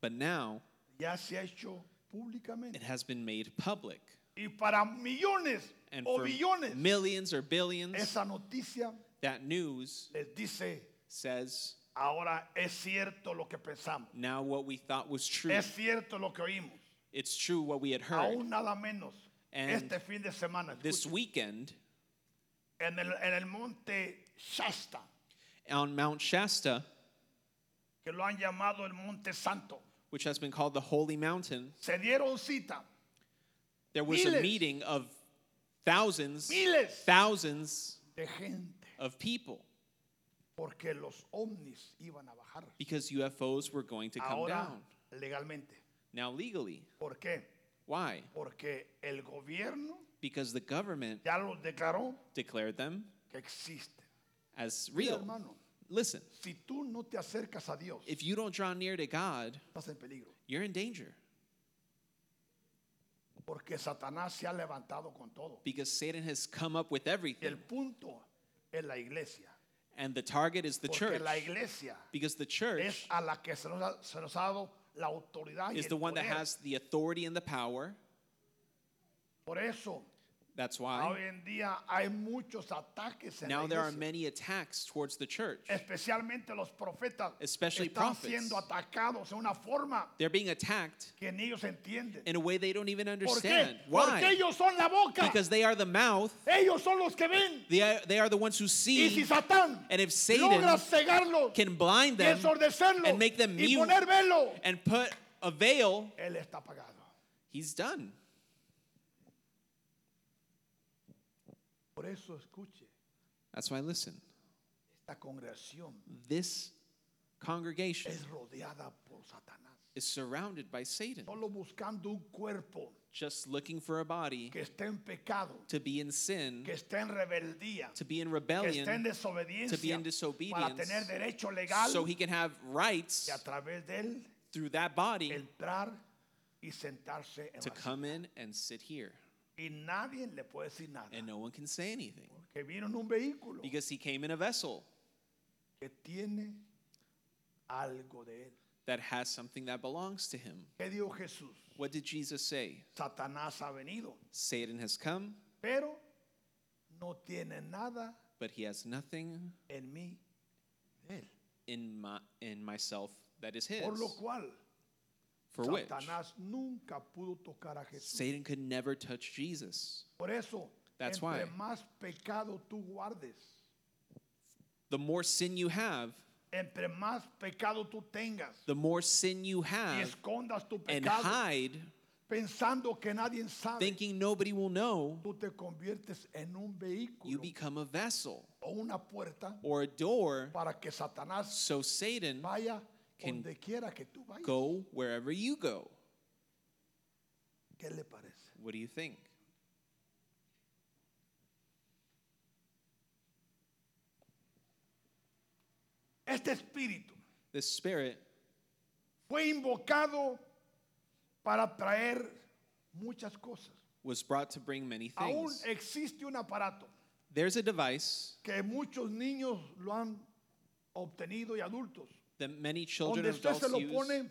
[SPEAKER 2] but now
[SPEAKER 1] ya se ha hecho públicamente.
[SPEAKER 2] it has been made public.
[SPEAKER 1] Y para millones
[SPEAKER 2] And
[SPEAKER 1] o
[SPEAKER 2] for
[SPEAKER 1] billones,
[SPEAKER 2] millions or billions,
[SPEAKER 1] esa noticia
[SPEAKER 2] that news
[SPEAKER 1] les dice,
[SPEAKER 2] says
[SPEAKER 1] ahora es cierto lo que pensamos,
[SPEAKER 2] now what we thought was true.
[SPEAKER 1] es cierto lo que oímos,
[SPEAKER 2] It's true what we had heard.
[SPEAKER 1] aún nada menos.
[SPEAKER 2] And
[SPEAKER 1] este fin de semana,
[SPEAKER 2] This
[SPEAKER 1] escucha,
[SPEAKER 2] weekend,
[SPEAKER 1] en, el, en el monte Shasta,
[SPEAKER 2] on Mount Shasta,
[SPEAKER 1] que lo han llamado el monte santo,
[SPEAKER 2] which has been called the Holy Mountain,
[SPEAKER 1] se dieron cita
[SPEAKER 2] there was
[SPEAKER 1] Miles.
[SPEAKER 2] a meeting of thousands,
[SPEAKER 1] miles
[SPEAKER 2] thousands
[SPEAKER 1] de gente,
[SPEAKER 2] of people
[SPEAKER 1] porque los ovnis iban a bajar,
[SPEAKER 2] because UFOs were going to come
[SPEAKER 1] ahora
[SPEAKER 2] down.
[SPEAKER 1] legalmente.
[SPEAKER 2] Now, legally.
[SPEAKER 1] ¿Por qué?
[SPEAKER 2] Why?
[SPEAKER 1] Porque el gobierno
[SPEAKER 2] Because the government
[SPEAKER 1] ya los declaró
[SPEAKER 2] declared them
[SPEAKER 1] que existen.
[SPEAKER 2] as
[SPEAKER 1] Mira,
[SPEAKER 2] real.
[SPEAKER 1] hermano,
[SPEAKER 2] Listen,
[SPEAKER 1] si tú no te acercas a Dios,
[SPEAKER 2] if you don't draw near to God,
[SPEAKER 1] estás en peligro.
[SPEAKER 2] you're in danger
[SPEAKER 1] Porque Satanás se ha levantado con todo.
[SPEAKER 2] because Satan has come up with
[SPEAKER 1] Y
[SPEAKER 2] everything.
[SPEAKER 1] el punto es la iglesia.
[SPEAKER 2] And the target is the
[SPEAKER 1] Porque
[SPEAKER 2] church
[SPEAKER 1] la iglesia
[SPEAKER 2] because the
[SPEAKER 1] es
[SPEAKER 2] church
[SPEAKER 1] a la que se nos ha, se nos ha dado la autoridad. Y
[SPEAKER 2] is
[SPEAKER 1] el
[SPEAKER 2] the one that
[SPEAKER 1] poder.
[SPEAKER 2] has the authority and the power.
[SPEAKER 1] Por eso,
[SPEAKER 2] That's why
[SPEAKER 1] hoy en día hay muchos ataques en la
[SPEAKER 2] now there are
[SPEAKER 1] iglesia.
[SPEAKER 2] many attacks towards the church.
[SPEAKER 1] especialmente los profetas
[SPEAKER 2] Especially
[SPEAKER 1] están
[SPEAKER 2] prophets.
[SPEAKER 1] siendo atacados en una forma
[SPEAKER 2] They're being attacked
[SPEAKER 1] que ni ellos entienden.
[SPEAKER 2] in a way they don't even
[SPEAKER 1] ¿Por
[SPEAKER 2] understand.
[SPEAKER 1] qué? Porque
[SPEAKER 2] Why?
[SPEAKER 1] ellos son la boca.
[SPEAKER 2] Because they are the mouth,
[SPEAKER 1] ellos son los que ven.
[SPEAKER 2] they are, they are the ones who
[SPEAKER 1] Y si
[SPEAKER 2] see
[SPEAKER 1] Satán
[SPEAKER 2] And if Satan
[SPEAKER 1] logra cegarlos
[SPEAKER 2] can blind
[SPEAKER 1] y
[SPEAKER 2] them
[SPEAKER 1] ensordecerlos
[SPEAKER 2] and make them
[SPEAKER 1] y
[SPEAKER 2] mute
[SPEAKER 1] poner velo,
[SPEAKER 2] and put a veil,
[SPEAKER 1] él está pagado.
[SPEAKER 2] he's done.
[SPEAKER 1] Por eso escuche,
[SPEAKER 2] That's why, listen,
[SPEAKER 1] esta congregación
[SPEAKER 2] this congregation
[SPEAKER 1] es rodeada por Satanás.
[SPEAKER 2] is surrounded by Satan,
[SPEAKER 1] Solo buscando un cuerpo
[SPEAKER 2] just looking for a body
[SPEAKER 1] que esté en pecado,
[SPEAKER 2] to be in sin,
[SPEAKER 1] que esté en rebeldía,
[SPEAKER 2] to be in
[SPEAKER 1] que esté en
[SPEAKER 2] rebellion, to be
[SPEAKER 1] desobediencia
[SPEAKER 2] in
[SPEAKER 1] para
[SPEAKER 2] disobedience,
[SPEAKER 1] tener derecho legal
[SPEAKER 2] so he can have rights
[SPEAKER 1] y a través de él
[SPEAKER 2] through that body
[SPEAKER 1] entrar y sentarse en
[SPEAKER 2] to
[SPEAKER 1] la silla.
[SPEAKER 2] come in and sit here.
[SPEAKER 1] y nadie le puede decir nada
[SPEAKER 2] And no one can say anything
[SPEAKER 1] que vino en un vehículo
[SPEAKER 2] because he came in a vessel
[SPEAKER 1] que tiene algo de él.
[SPEAKER 2] that has something that belongs to him.
[SPEAKER 1] ¿Qué dijo Jesús?
[SPEAKER 2] What did Jesus say?
[SPEAKER 1] Satanás ha venido,
[SPEAKER 2] Satan has come,
[SPEAKER 1] pero no tiene nada
[SPEAKER 2] but he has nothing
[SPEAKER 1] en mí de él.
[SPEAKER 2] in my in myself that is his.
[SPEAKER 1] Por lo cual,
[SPEAKER 2] For which
[SPEAKER 1] Satanás nunca pudo tocar a Jesús.
[SPEAKER 2] Satan could never touch Jesus.
[SPEAKER 1] Por eso,
[SPEAKER 2] That's
[SPEAKER 1] entre
[SPEAKER 2] why.
[SPEAKER 1] más pecado tú guardes,
[SPEAKER 2] The more sin you have,
[SPEAKER 1] entre más pecado tú tengas
[SPEAKER 2] the more sin you
[SPEAKER 1] y
[SPEAKER 2] have
[SPEAKER 1] escondas tu
[SPEAKER 2] and
[SPEAKER 1] pecado
[SPEAKER 2] hide,
[SPEAKER 1] pensando que nadie sabe,
[SPEAKER 2] thinking nobody will know,
[SPEAKER 1] tú te conviertes en un
[SPEAKER 2] you
[SPEAKER 1] vehículo
[SPEAKER 2] become a vessel
[SPEAKER 1] o una puerta
[SPEAKER 2] or a door
[SPEAKER 1] para que Satanás
[SPEAKER 2] so Satan
[SPEAKER 1] vaya
[SPEAKER 2] Can
[SPEAKER 1] donde quiera que tú vayas.
[SPEAKER 2] go wherever you go.
[SPEAKER 1] ¿Qué le parece?
[SPEAKER 2] What do you think?
[SPEAKER 1] Este espíritu
[SPEAKER 2] The spirit
[SPEAKER 1] fue invocado para traer muchas cosas.
[SPEAKER 2] was brought to bring many
[SPEAKER 1] Aún
[SPEAKER 2] things.
[SPEAKER 1] existe un aparato
[SPEAKER 2] There's a device
[SPEAKER 1] que muchos niños lo han obtenido y adultos.
[SPEAKER 2] that many children
[SPEAKER 1] Donde
[SPEAKER 2] and
[SPEAKER 1] usted
[SPEAKER 2] adults
[SPEAKER 1] se lo
[SPEAKER 2] use,
[SPEAKER 1] pone,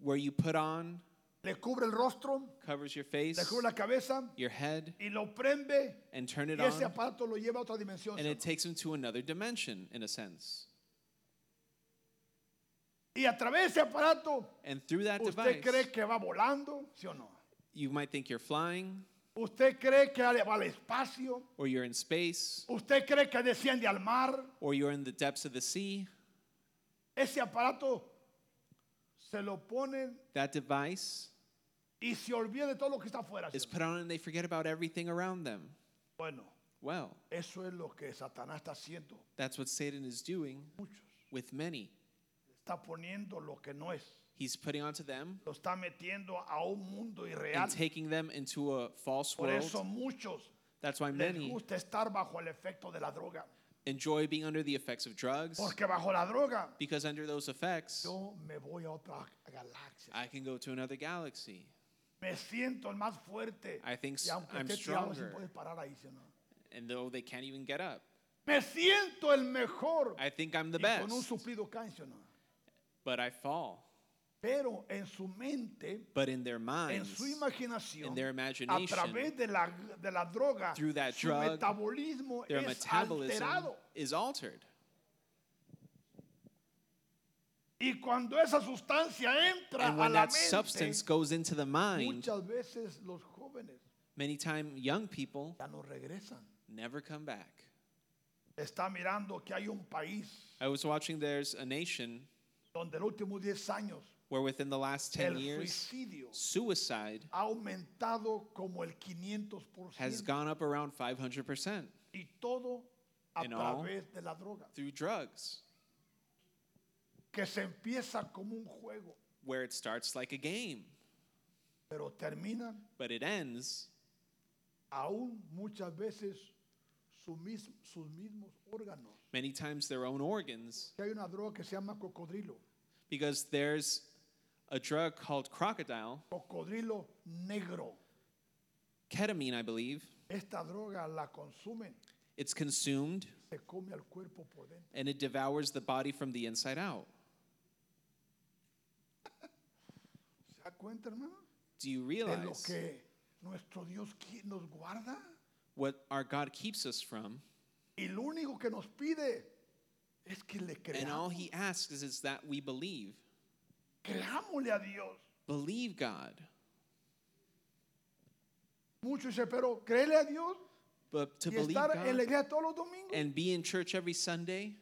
[SPEAKER 2] where you put on,
[SPEAKER 1] le cubre el rostro,
[SPEAKER 2] covers your face,
[SPEAKER 1] le cubre la cabeza
[SPEAKER 2] your head,
[SPEAKER 1] y lo prende
[SPEAKER 2] and turn it
[SPEAKER 1] y ese
[SPEAKER 2] on,
[SPEAKER 1] aparato lo lleva a otra dimensión.
[SPEAKER 2] and it
[SPEAKER 1] hermano.
[SPEAKER 2] takes them to another dimension, in a sense.
[SPEAKER 1] Y a través de ese aparato,
[SPEAKER 2] And through that
[SPEAKER 1] usted
[SPEAKER 2] device,
[SPEAKER 1] cree que va volando, ¿sí o no?
[SPEAKER 2] you might think you're flying,
[SPEAKER 1] Usted cree que va al espacio,
[SPEAKER 2] or you're in space,
[SPEAKER 1] usted cree que desciende al mar.
[SPEAKER 2] or you're in the depths of the sea.
[SPEAKER 1] Ese aparato se lo ponen
[SPEAKER 2] That device
[SPEAKER 1] y se olvida de todo lo que está afuera.
[SPEAKER 2] is
[SPEAKER 1] hermano.
[SPEAKER 2] put on, and they forget about everything around them.
[SPEAKER 1] Bueno,
[SPEAKER 2] Well,
[SPEAKER 1] eso es lo que Satanás está haciendo.
[SPEAKER 2] that's what Satan is doing
[SPEAKER 1] Muchos
[SPEAKER 2] with many.
[SPEAKER 1] está poniendo lo que no es.
[SPEAKER 2] He's putting onto them
[SPEAKER 1] Lo está metiendo a un mundo irreal.
[SPEAKER 2] and taking them into a false
[SPEAKER 1] Por eso
[SPEAKER 2] world.
[SPEAKER 1] muchos
[SPEAKER 2] That's why
[SPEAKER 1] les
[SPEAKER 2] many
[SPEAKER 1] gusta estar bajo el efecto de la droga.
[SPEAKER 2] enjoy being under the effects of drugs
[SPEAKER 1] Porque bajo la droga
[SPEAKER 2] because under those effects,
[SPEAKER 1] yo me voy a otra galaxia.
[SPEAKER 2] I can go to another galaxy.
[SPEAKER 1] Me siento el más fuerte.
[SPEAKER 2] I think
[SPEAKER 1] y aunque
[SPEAKER 2] I'm
[SPEAKER 1] esté tirado, se
[SPEAKER 2] stronger.
[SPEAKER 1] puede parar ahí. ¿sí o no?
[SPEAKER 2] And though they can't even get up,
[SPEAKER 1] Me siento el mejor.
[SPEAKER 2] I think I'm the
[SPEAKER 1] y con un
[SPEAKER 2] best,
[SPEAKER 1] suplido caen, ¿sí o no?
[SPEAKER 2] but I fall.
[SPEAKER 1] Pero en su mente,
[SPEAKER 2] But in their
[SPEAKER 1] en
[SPEAKER 2] minds,
[SPEAKER 1] su imaginación,
[SPEAKER 2] in their
[SPEAKER 1] a
[SPEAKER 2] imagination,
[SPEAKER 1] través de la, de la droga,
[SPEAKER 2] through that
[SPEAKER 1] su
[SPEAKER 2] drug,
[SPEAKER 1] metabolismo
[SPEAKER 2] their
[SPEAKER 1] es
[SPEAKER 2] metabolism
[SPEAKER 1] alterado.
[SPEAKER 2] is altered.
[SPEAKER 1] Y cuando esa sustancia entra
[SPEAKER 2] And
[SPEAKER 1] a
[SPEAKER 2] when
[SPEAKER 1] la
[SPEAKER 2] that
[SPEAKER 1] mente,
[SPEAKER 2] substance goes into the mind,
[SPEAKER 1] muchas veces los jóvenes
[SPEAKER 2] many time young people
[SPEAKER 1] ya no regresan.
[SPEAKER 2] never come back.
[SPEAKER 1] Está mirando que hay un país
[SPEAKER 2] I was watching there's a nation
[SPEAKER 1] donde en los últimos 10 años
[SPEAKER 2] where within the last 10
[SPEAKER 1] el
[SPEAKER 2] years,
[SPEAKER 1] suicidio
[SPEAKER 2] suicide
[SPEAKER 1] ha aumentado como el 500%
[SPEAKER 2] has gone up around 500%
[SPEAKER 1] y todo a
[SPEAKER 2] In all-
[SPEAKER 1] través de la droga,
[SPEAKER 2] through drugs,
[SPEAKER 1] que se empieza como un juego,
[SPEAKER 2] where it starts like a game,
[SPEAKER 1] pero termina
[SPEAKER 2] but it ends
[SPEAKER 1] aún muchas veces su mis- sus mismos órganos.
[SPEAKER 2] many times their own organs
[SPEAKER 1] Que hay una droga que se llama cocodrilo,
[SPEAKER 2] because there's a drug called crocodile,
[SPEAKER 1] cocodrilo negro.
[SPEAKER 2] ketamine, I believe.
[SPEAKER 1] Esta droga la consumen,
[SPEAKER 2] It's consumed
[SPEAKER 1] se come al cuerpo por dentro.
[SPEAKER 2] and it devours the body from the inside out.
[SPEAKER 1] ¿Se da cuenta, hermano?
[SPEAKER 2] Do you
[SPEAKER 1] De lo
[SPEAKER 2] realize
[SPEAKER 1] que nuestro Dios qui- nos guarda.
[SPEAKER 2] what our God keeps us from?
[SPEAKER 1] Y lo único que nos pide es que le
[SPEAKER 2] And all
[SPEAKER 1] creamos.
[SPEAKER 2] he asks is, is that we believe.
[SPEAKER 1] Creámosle a Dios.
[SPEAKER 2] Believe God.
[SPEAKER 1] Muchos dicen, pero créele a Dios
[SPEAKER 2] But to
[SPEAKER 1] y
[SPEAKER 2] believe
[SPEAKER 1] estar en la
[SPEAKER 2] God
[SPEAKER 1] iglesia todos los domingos.
[SPEAKER 2] and be in church every Sunday,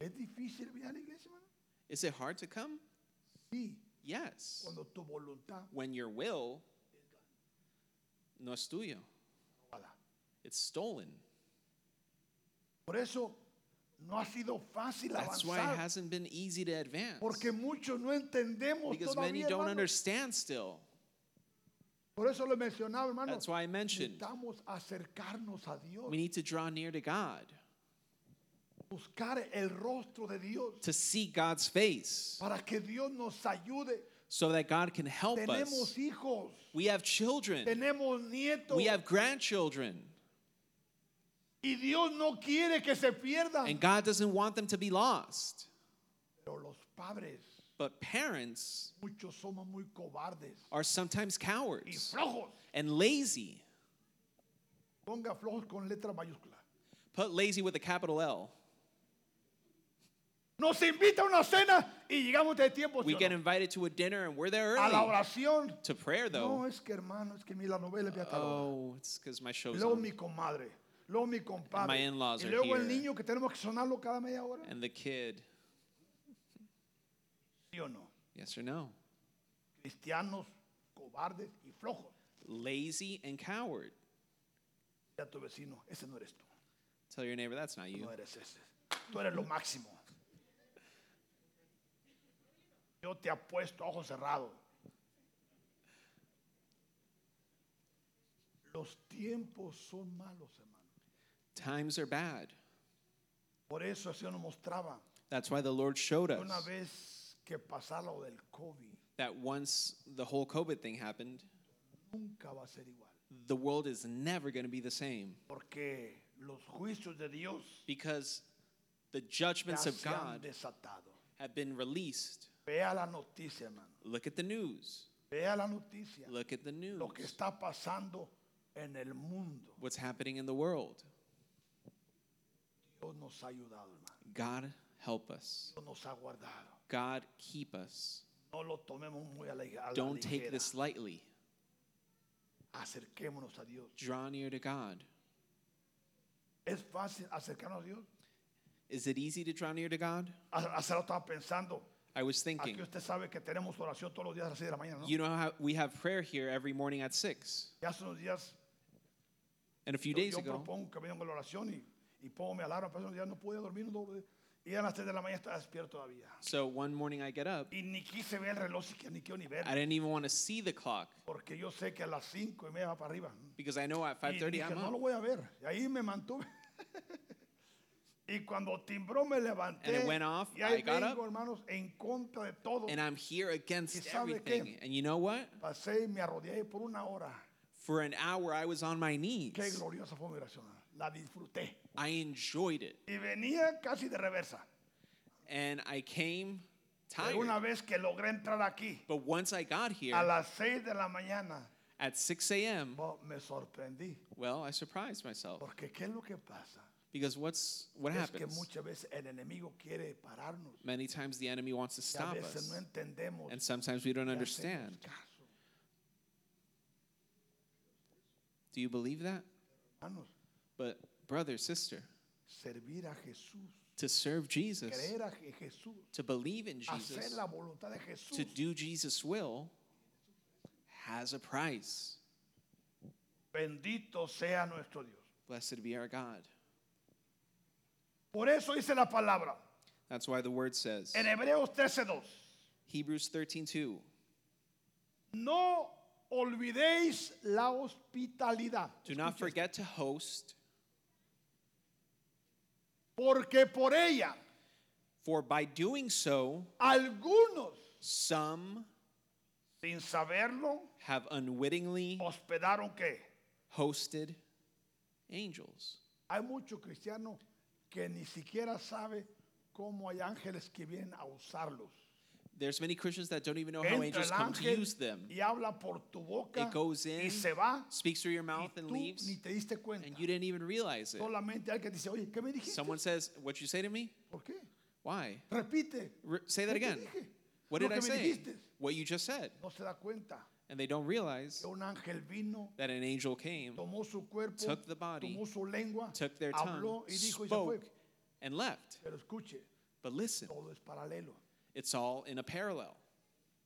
[SPEAKER 1] ¿Es difícil venir a la iglesia, hermano?
[SPEAKER 2] is it hard to come?
[SPEAKER 1] Sí,
[SPEAKER 2] Yes.
[SPEAKER 1] cuando tu voluntad
[SPEAKER 2] When your will no es tuyo,
[SPEAKER 1] robada.
[SPEAKER 2] it's stolen.
[SPEAKER 1] Por eso no ha sido fácil
[SPEAKER 2] That's why it
[SPEAKER 1] avanzar.
[SPEAKER 2] hasn't been easy to advance.
[SPEAKER 1] Porque muchos no entendemos
[SPEAKER 2] Because many
[SPEAKER 1] todavía.
[SPEAKER 2] don't
[SPEAKER 1] hermano.
[SPEAKER 2] understand still.
[SPEAKER 1] Por eso lo mencionaba, hermano.
[SPEAKER 2] That's why I mentioned
[SPEAKER 1] Necesitamos acercarnos a Dios,
[SPEAKER 2] we need to draw near to God,
[SPEAKER 1] buscar el rostro de Dios
[SPEAKER 2] to see God's face,
[SPEAKER 1] para que Dios nos ayude.
[SPEAKER 2] so that God can help
[SPEAKER 1] Tenemos
[SPEAKER 2] us.
[SPEAKER 1] hijos,
[SPEAKER 2] We have children,
[SPEAKER 1] tenemos nietos
[SPEAKER 2] we have grandchildren,
[SPEAKER 1] y Dios no quiere que se pierdan. Ah.
[SPEAKER 2] and God doesn't want them to be lost.
[SPEAKER 1] padres,
[SPEAKER 2] But parents
[SPEAKER 1] muchos somos muy cobardes
[SPEAKER 2] are sometimes
[SPEAKER 1] y
[SPEAKER 2] cowards
[SPEAKER 1] flojos.
[SPEAKER 2] and lazy.
[SPEAKER 1] Ponga flojos con letra mayúscula.
[SPEAKER 2] Put lazy with a capital L.
[SPEAKER 1] Nos invita a una cena y llegamos de tiempo. ¿sí
[SPEAKER 2] We
[SPEAKER 1] o
[SPEAKER 2] get
[SPEAKER 1] no?
[SPEAKER 2] invited to a dinner and we're there
[SPEAKER 1] A la
[SPEAKER 2] early
[SPEAKER 1] oración.
[SPEAKER 2] to prayer
[SPEAKER 1] No,
[SPEAKER 2] though.
[SPEAKER 1] es que hermano, es que mi la novela es de acabó.
[SPEAKER 2] Oh, it's because my show's
[SPEAKER 1] Luego
[SPEAKER 2] on.
[SPEAKER 1] mi comadre, luego mi compadre.
[SPEAKER 2] My in-laws
[SPEAKER 1] Y
[SPEAKER 2] are
[SPEAKER 1] luego el
[SPEAKER 2] here.
[SPEAKER 1] niño que tenemos que sonarlo cada media hora.
[SPEAKER 2] and the kid.
[SPEAKER 1] ¿Sí o no?
[SPEAKER 2] Yes or no?
[SPEAKER 1] Cristianos cobardes y flojos.
[SPEAKER 2] Lazy and coward.
[SPEAKER 1] Y a tu vecino, ese no eres tú,
[SPEAKER 2] Tell your neighbor that's not
[SPEAKER 1] tú
[SPEAKER 2] you.
[SPEAKER 1] no eres ese. Tú eres lo máximo. Yo te apuesto a ojos cerrados. Los tiempos son malos, hermano.
[SPEAKER 2] Times are bad.
[SPEAKER 1] Por eso el Señor nos mostraba
[SPEAKER 2] That's why the Lord showed us
[SPEAKER 1] una vez que pasara lo del COVID,
[SPEAKER 2] that once the whole COVID thing happened,
[SPEAKER 1] nunca va a ser igual.
[SPEAKER 2] the world is never going to be the same
[SPEAKER 1] Porque los juicios de Dios
[SPEAKER 2] because the
[SPEAKER 1] ya
[SPEAKER 2] judgments of
[SPEAKER 1] se han
[SPEAKER 2] God
[SPEAKER 1] desatado.
[SPEAKER 2] have been released.
[SPEAKER 1] Vea la noticia, hermano.
[SPEAKER 2] Look at the news.
[SPEAKER 1] Vea la noticia.
[SPEAKER 2] Look at the news.
[SPEAKER 1] Lo que está pasando en el mundo.
[SPEAKER 2] What's happening in the world.
[SPEAKER 1] Dios nos ha ayudado, hermano.
[SPEAKER 2] God help us.
[SPEAKER 1] Dios nos ha guardado.
[SPEAKER 2] God keep us.
[SPEAKER 1] No lo tomemos muy a la, a la
[SPEAKER 2] Don't
[SPEAKER 1] ligera.
[SPEAKER 2] take this lightly.
[SPEAKER 1] Acerquémonos a Dios.
[SPEAKER 2] Draw near to God.
[SPEAKER 1] Es fácil acercarnos a Dios.
[SPEAKER 2] Is it easy to draw near to God?
[SPEAKER 1] Ha- Hace rato estaba pensando.
[SPEAKER 2] I was
[SPEAKER 1] Aquí
[SPEAKER 2] thinking,
[SPEAKER 1] usted sabe que tenemos oración todos los días a las 6 de la mañana, ¿no?
[SPEAKER 2] you know how we have prayer here every morning at 6.
[SPEAKER 1] Ya hace unos días
[SPEAKER 2] And a few
[SPEAKER 1] yo,
[SPEAKER 2] days
[SPEAKER 1] yo
[SPEAKER 2] ago,
[SPEAKER 1] propongo que venga la oración y, y pongo mi alarma. Pero unos días no pude dormir. No, pude. y a las 3 de la mañana estaba despierto todavía.
[SPEAKER 2] so one morning I get up.
[SPEAKER 1] Y ni quise ver el reloj, si que- ni quiero ni ver.
[SPEAKER 2] I didn't even want to see the clock
[SPEAKER 1] Porque yo sé que a las 5 y media va para arriba.
[SPEAKER 2] because I know at
[SPEAKER 1] Y
[SPEAKER 2] 5:30
[SPEAKER 1] dije,
[SPEAKER 2] I'm
[SPEAKER 1] no lo
[SPEAKER 2] up.
[SPEAKER 1] voy a ver. Y ahí me mantuve. y cuando timbró me levanté.
[SPEAKER 2] And it went off,
[SPEAKER 1] y ahí
[SPEAKER 2] I got
[SPEAKER 1] vengo,
[SPEAKER 2] up.
[SPEAKER 1] hermanos, en contra de todo.
[SPEAKER 2] And I'm here
[SPEAKER 1] ¿Y
[SPEAKER 2] against
[SPEAKER 1] sabe
[SPEAKER 2] everything.
[SPEAKER 1] qué?
[SPEAKER 2] And you know what?
[SPEAKER 1] Pasé y me arrodillé por una hora.
[SPEAKER 2] For an hour I was on my
[SPEAKER 1] Qué
[SPEAKER 2] knees.
[SPEAKER 1] gloriosa fue mi oración. La disfruté.
[SPEAKER 2] I enjoyed it.
[SPEAKER 1] Y venía casi de reversa.
[SPEAKER 2] And I came
[SPEAKER 1] Pero Una
[SPEAKER 2] tired.
[SPEAKER 1] vez que logré entrar aquí,
[SPEAKER 2] But once I got
[SPEAKER 1] a
[SPEAKER 2] here
[SPEAKER 1] las 6 de la mañana,
[SPEAKER 2] at 6 a.m.,
[SPEAKER 1] oh, me sorprendí.
[SPEAKER 2] well, I surprised myself.
[SPEAKER 1] Porque ¿qué es lo que pasa?
[SPEAKER 2] Because what's what
[SPEAKER 1] Es que
[SPEAKER 2] happens?
[SPEAKER 1] muchas veces el enemigo quiere pararnos.
[SPEAKER 2] Many times the enemy wants
[SPEAKER 1] Y
[SPEAKER 2] to
[SPEAKER 1] a
[SPEAKER 2] stop
[SPEAKER 1] veces
[SPEAKER 2] us.
[SPEAKER 1] no entendemos.
[SPEAKER 2] And sometimes we don't
[SPEAKER 1] y hacemos
[SPEAKER 2] understand.
[SPEAKER 1] caso.
[SPEAKER 2] Do you believe that?
[SPEAKER 1] Hermanos,
[SPEAKER 2] But brother, sister,
[SPEAKER 1] servir a Jesús,
[SPEAKER 2] to serve Jesus,
[SPEAKER 1] creer a Je- Jesús,
[SPEAKER 2] to believe in
[SPEAKER 1] hacer
[SPEAKER 2] Jesus,
[SPEAKER 1] la voluntad de Jesús.
[SPEAKER 2] to do Jesus' will has a price.
[SPEAKER 1] Bendito sea nuestro Dios.
[SPEAKER 2] Blessed be our God.
[SPEAKER 1] Por eso dice la palabra
[SPEAKER 2] That's why the word says
[SPEAKER 1] en Hebreos 13:2.
[SPEAKER 2] Hebrews 13:2.
[SPEAKER 1] No olvidéis la hospitalidad.
[SPEAKER 2] Do not forget to host,
[SPEAKER 1] Porque por ella
[SPEAKER 2] for by doing so,
[SPEAKER 1] algunos,
[SPEAKER 2] some
[SPEAKER 1] sin saberlo,
[SPEAKER 2] have unwittingly
[SPEAKER 1] hospedaron que
[SPEAKER 2] hosted angels.
[SPEAKER 1] hay muchos cristianos que ni siquiera sabe cómo hay ángeles que vienen a usarlos.
[SPEAKER 2] There's many Christians that don't even know how
[SPEAKER 1] Entra
[SPEAKER 2] angels
[SPEAKER 1] el
[SPEAKER 2] come to
[SPEAKER 1] ángel
[SPEAKER 2] use them.
[SPEAKER 1] y habla por tu boca
[SPEAKER 2] It goes
[SPEAKER 1] y
[SPEAKER 2] in,
[SPEAKER 1] se va
[SPEAKER 2] speaks through your
[SPEAKER 1] y
[SPEAKER 2] mouth and
[SPEAKER 1] tú
[SPEAKER 2] leaves,
[SPEAKER 1] ni te diste cuenta.
[SPEAKER 2] and you didn't even realize it.
[SPEAKER 1] Solamente alguien dice, oye, ¿qué me dijiste?
[SPEAKER 2] Someone says, "What you say to me?
[SPEAKER 1] ¿Por qué?
[SPEAKER 2] Why?
[SPEAKER 1] Repite.
[SPEAKER 2] Re- say that
[SPEAKER 1] ¿Qué te
[SPEAKER 2] again.
[SPEAKER 1] dije?
[SPEAKER 2] What
[SPEAKER 1] Lo
[SPEAKER 2] did I
[SPEAKER 1] que me
[SPEAKER 2] say?
[SPEAKER 1] dijiste.
[SPEAKER 2] What you just said."
[SPEAKER 1] No se da cuenta
[SPEAKER 2] And they don't realize
[SPEAKER 1] que un ángel vino,
[SPEAKER 2] that an angel came,
[SPEAKER 1] tomó su cuerpo,
[SPEAKER 2] Took the body,
[SPEAKER 1] tomó su lengua,
[SPEAKER 2] took their tongue,
[SPEAKER 1] habló y dijo y se
[SPEAKER 2] spoke,
[SPEAKER 1] fue.
[SPEAKER 2] and left.
[SPEAKER 1] Pero escuche,
[SPEAKER 2] But listen,
[SPEAKER 1] todo es paralelo.
[SPEAKER 2] it's all in a parallel.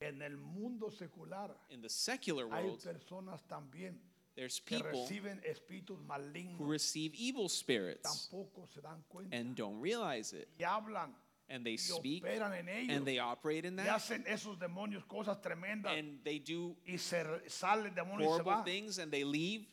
[SPEAKER 1] En el mundo secular
[SPEAKER 2] In the secular
[SPEAKER 1] hay
[SPEAKER 2] world,
[SPEAKER 1] personas también
[SPEAKER 2] there's
[SPEAKER 1] que
[SPEAKER 2] people
[SPEAKER 1] reciben espíritus
[SPEAKER 2] who
[SPEAKER 1] malignos,
[SPEAKER 2] receive evil spirits
[SPEAKER 1] tampoco se dan cuenta
[SPEAKER 2] and don't realize it.
[SPEAKER 1] y hablan
[SPEAKER 2] And they
[SPEAKER 1] y
[SPEAKER 2] speak
[SPEAKER 1] operan en ellos
[SPEAKER 2] and they operate in
[SPEAKER 1] y
[SPEAKER 2] that
[SPEAKER 1] hacen esos demonios cosas tremendas
[SPEAKER 2] and they do
[SPEAKER 1] y se re- sale el demonio y se
[SPEAKER 2] horrible
[SPEAKER 1] va.
[SPEAKER 2] things and they leave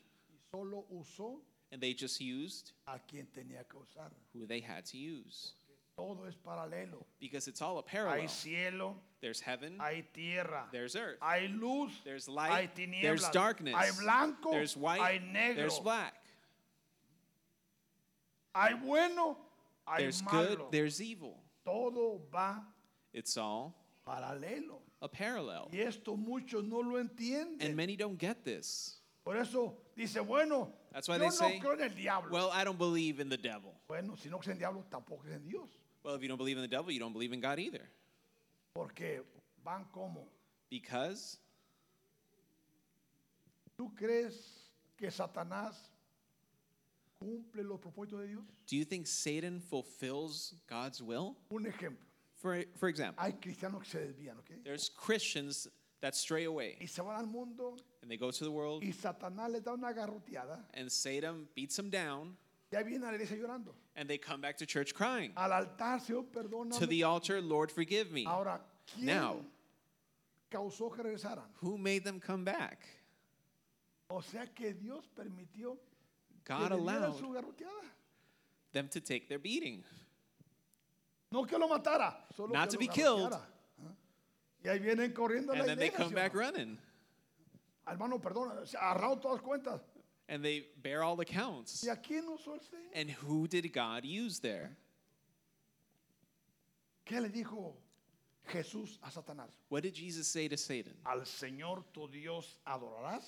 [SPEAKER 1] Solo usó
[SPEAKER 2] and they just used
[SPEAKER 1] a quien tenía que usar.
[SPEAKER 2] who they had to use
[SPEAKER 1] Todo es paralelo.
[SPEAKER 2] because it's all a
[SPEAKER 1] Hay
[SPEAKER 2] parallel.
[SPEAKER 1] cielo,
[SPEAKER 2] There's heaven,
[SPEAKER 1] hay tierra,
[SPEAKER 2] there's earth,
[SPEAKER 1] hay luz,
[SPEAKER 2] there's
[SPEAKER 1] hay
[SPEAKER 2] light,
[SPEAKER 1] tinieblas,
[SPEAKER 2] there's darkness,
[SPEAKER 1] hay blanco,
[SPEAKER 2] there's
[SPEAKER 1] hay
[SPEAKER 2] white,
[SPEAKER 1] negro,
[SPEAKER 2] there's black,
[SPEAKER 1] hay bueno, hay
[SPEAKER 2] there's good,
[SPEAKER 1] malo.
[SPEAKER 2] there's evil.
[SPEAKER 1] Todo va
[SPEAKER 2] It's all
[SPEAKER 1] paralelo.
[SPEAKER 2] a parallel.
[SPEAKER 1] Y esto muchos no lo
[SPEAKER 2] And
[SPEAKER 1] entienden.
[SPEAKER 2] many don't get this.
[SPEAKER 1] Por eso dice, bueno,
[SPEAKER 2] That's
[SPEAKER 1] yo
[SPEAKER 2] why
[SPEAKER 1] no
[SPEAKER 2] they say,
[SPEAKER 1] creo en el diablo.
[SPEAKER 2] Well, I don't believe in the devil.
[SPEAKER 1] bueno, si no crees en el diablo, tampoco crees en Dios.
[SPEAKER 2] Well, if you don't believe in the devil, you don't believe in God either.
[SPEAKER 1] Porque van como,
[SPEAKER 2] Because
[SPEAKER 1] ¿tú crees que Satanás cumple los propósitos de Dios?
[SPEAKER 2] do you think Satan fulfills God's will?
[SPEAKER 1] Un ejemplo,
[SPEAKER 2] For, for example,
[SPEAKER 1] hay cristianos que se desvían, ¿ok?
[SPEAKER 2] there's Christians that stray away
[SPEAKER 1] Y se van al mundo
[SPEAKER 2] and they go to the world
[SPEAKER 1] y Satanás les da una garroteada.
[SPEAKER 2] and Satan beats them down
[SPEAKER 1] Ya viene a la iglesia llorando.
[SPEAKER 2] and they come back to church crying.
[SPEAKER 1] Al altar, Señor, perdona.
[SPEAKER 2] To the altar, Lord, forgive me.
[SPEAKER 1] Ahora, ¿quién
[SPEAKER 2] Now.
[SPEAKER 1] causó que regresaran?
[SPEAKER 2] Who made them come back?
[SPEAKER 1] O sea que Dios permitió
[SPEAKER 2] God
[SPEAKER 1] que le dieran
[SPEAKER 2] allowed
[SPEAKER 1] su garroteada.
[SPEAKER 2] them to take their beating.
[SPEAKER 1] No que lo matara, solo
[SPEAKER 2] Not
[SPEAKER 1] que
[SPEAKER 2] to
[SPEAKER 1] lo
[SPEAKER 2] be killed.
[SPEAKER 1] garroteara. ¿Ah? Y ahí vienen corriendo a la
[SPEAKER 2] And then they
[SPEAKER 1] iglesia.
[SPEAKER 2] come
[SPEAKER 1] ¿sí o
[SPEAKER 2] back
[SPEAKER 1] no? Ah,
[SPEAKER 2] running
[SPEAKER 1] Hermano, perdona, se agarraron todas cuentas.
[SPEAKER 2] and they bear all accounts.
[SPEAKER 1] ¿Y a quién usó el Señor?
[SPEAKER 2] And who did God use there?
[SPEAKER 1] ¿Qué le dijo Jesús a Satanás?
[SPEAKER 2] What did Jesus say to Satan?
[SPEAKER 1] Al Señor tu Dios adorarás,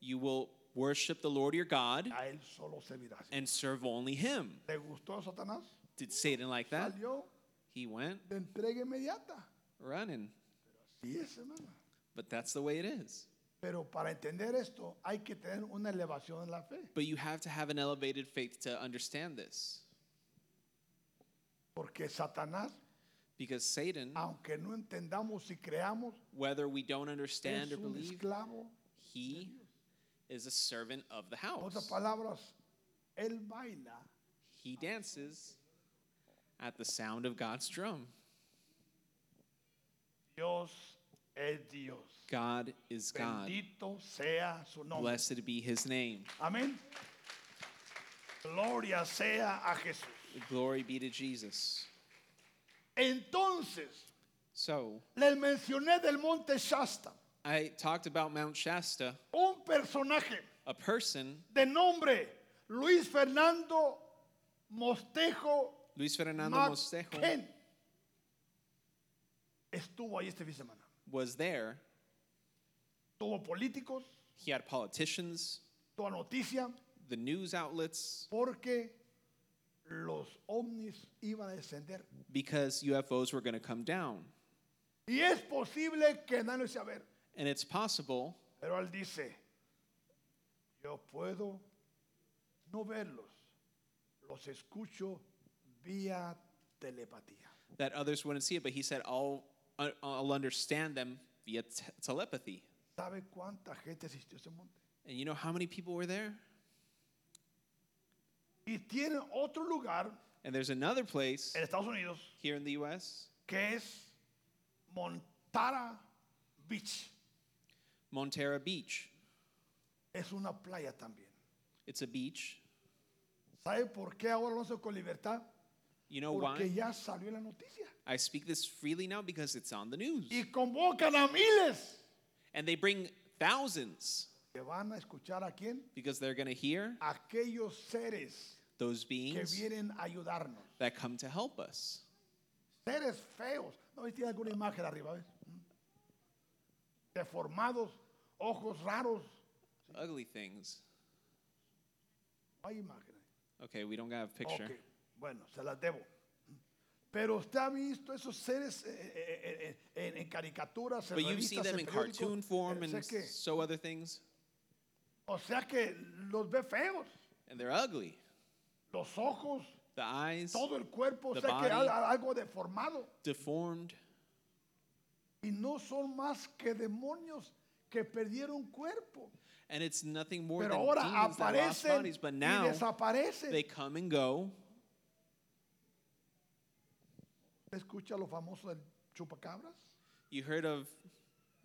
[SPEAKER 2] You will worship the Lord your God
[SPEAKER 1] a Él solo servirás.
[SPEAKER 2] and serve only him.
[SPEAKER 1] ¿Le gustó a Satanás?
[SPEAKER 2] Did Satan like that?
[SPEAKER 1] Salió
[SPEAKER 2] He went
[SPEAKER 1] de entrega inmediata.
[SPEAKER 2] running.
[SPEAKER 1] Sí, es, hermano.
[SPEAKER 2] But that's the way it is.
[SPEAKER 1] Pero para entender esto hay que tener una elevación en la fe,
[SPEAKER 2] But you have to have an elevated faith to understand this.
[SPEAKER 1] porque Satanás,
[SPEAKER 2] Because Satan,
[SPEAKER 1] aunque no entendamos y creamos,
[SPEAKER 2] whether we don't
[SPEAKER 1] es
[SPEAKER 2] understand or
[SPEAKER 1] un
[SPEAKER 2] believe,
[SPEAKER 1] esclavo.
[SPEAKER 2] he is a servant of the
[SPEAKER 1] En otras
[SPEAKER 2] house.
[SPEAKER 1] palabras, él baila
[SPEAKER 2] He dances at the sound of God's drum.
[SPEAKER 1] Dios es Dios.
[SPEAKER 2] God is God.
[SPEAKER 1] Bendito sea su nombre.
[SPEAKER 2] Blessed be his name.
[SPEAKER 1] Amén. Gloria sea a Jesús.
[SPEAKER 2] Glory be to Jesus.
[SPEAKER 1] Entonces,
[SPEAKER 2] So,
[SPEAKER 1] les mencioné del monte Shasta,
[SPEAKER 2] I talked about Mount Shasta,
[SPEAKER 1] un personaje
[SPEAKER 2] a person,
[SPEAKER 1] de nombre Luis Fernando Mostejo
[SPEAKER 2] Luis Fernando Mostejo,
[SPEAKER 1] McKen. Estuvo ahí este fin de semana.
[SPEAKER 2] was there.
[SPEAKER 1] Tuvo políticos,
[SPEAKER 2] He had politicians,
[SPEAKER 1] tuvo noticia,
[SPEAKER 2] the news outlets,
[SPEAKER 1] porque los ovnis iban a descender.
[SPEAKER 2] because UFOs were going to come down.
[SPEAKER 1] Y es posible que nadie se a ver.
[SPEAKER 2] And it's possible,
[SPEAKER 1] Pero él dice, yo puedo no verlos, los escucho vía telepatía.
[SPEAKER 2] that others wouldn't see it, but he said, I'll, I- I'll understand them via te- telepathy.
[SPEAKER 1] ¿Sabe cuánta gente asistió a ese monte?
[SPEAKER 2] And you know how many people were there?
[SPEAKER 1] Y tiene otro lugar
[SPEAKER 2] And there's another place
[SPEAKER 1] en Estados Unidos
[SPEAKER 2] here in the US,
[SPEAKER 1] que es Montara Beach.
[SPEAKER 2] Montera Beach.
[SPEAKER 1] Es una playa también.
[SPEAKER 2] It's a beach.
[SPEAKER 1] ¿Sabe por qué ahora lo hace con libertad?
[SPEAKER 2] You know
[SPEAKER 1] Porque
[SPEAKER 2] Oh, why?
[SPEAKER 1] ya salió la noticia.
[SPEAKER 2] I speak this freely now because it's on the news.
[SPEAKER 1] Y convocan a miles
[SPEAKER 2] And they bring thousands
[SPEAKER 1] que van a escuchar a quién?
[SPEAKER 2] because they're going to hear
[SPEAKER 1] A aquellos seres
[SPEAKER 2] those
[SPEAKER 1] que
[SPEAKER 2] beings
[SPEAKER 1] vienen a ayudarnos.
[SPEAKER 2] that come to help us.
[SPEAKER 1] Seres feos. ¿No ves? Tiene alguna imagen arriba, ¿ves? Mm. Deformados, ojos raros.
[SPEAKER 2] Ugly things.
[SPEAKER 1] No hay imagen. ahí.
[SPEAKER 2] Okay, we don't have a picture.
[SPEAKER 1] Ok, bueno, se las debo. Pero usted ha visto esos seres eh, eh, eh, eh, en, en caricaturas, en
[SPEAKER 2] But you've seen
[SPEAKER 1] revistas,
[SPEAKER 2] them
[SPEAKER 1] en
[SPEAKER 2] in
[SPEAKER 1] periódicos.
[SPEAKER 2] cartoon form
[SPEAKER 1] o, sea
[SPEAKER 2] and
[SPEAKER 1] que,
[SPEAKER 2] so other things,
[SPEAKER 1] o sea que los ve feos,
[SPEAKER 2] and they're ugly.
[SPEAKER 1] los ojos,
[SPEAKER 2] The eyes
[SPEAKER 1] todo el cuerpo, o
[SPEAKER 2] The
[SPEAKER 1] sea que
[SPEAKER 2] body.
[SPEAKER 1] al- al- algo deformado.
[SPEAKER 2] deformed.
[SPEAKER 1] Y no son más que demonios que perdieron cuerpo.
[SPEAKER 2] And it's nothing more
[SPEAKER 1] Pero
[SPEAKER 2] than
[SPEAKER 1] ahora
[SPEAKER 2] demons that lost
[SPEAKER 1] aparecen
[SPEAKER 2] bodies, but
[SPEAKER 1] y
[SPEAKER 2] now
[SPEAKER 1] desaparecen.
[SPEAKER 2] they come and go.
[SPEAKER 1] Escucha lo famoso del chupacabras,
[SPEAKER 2] You heard of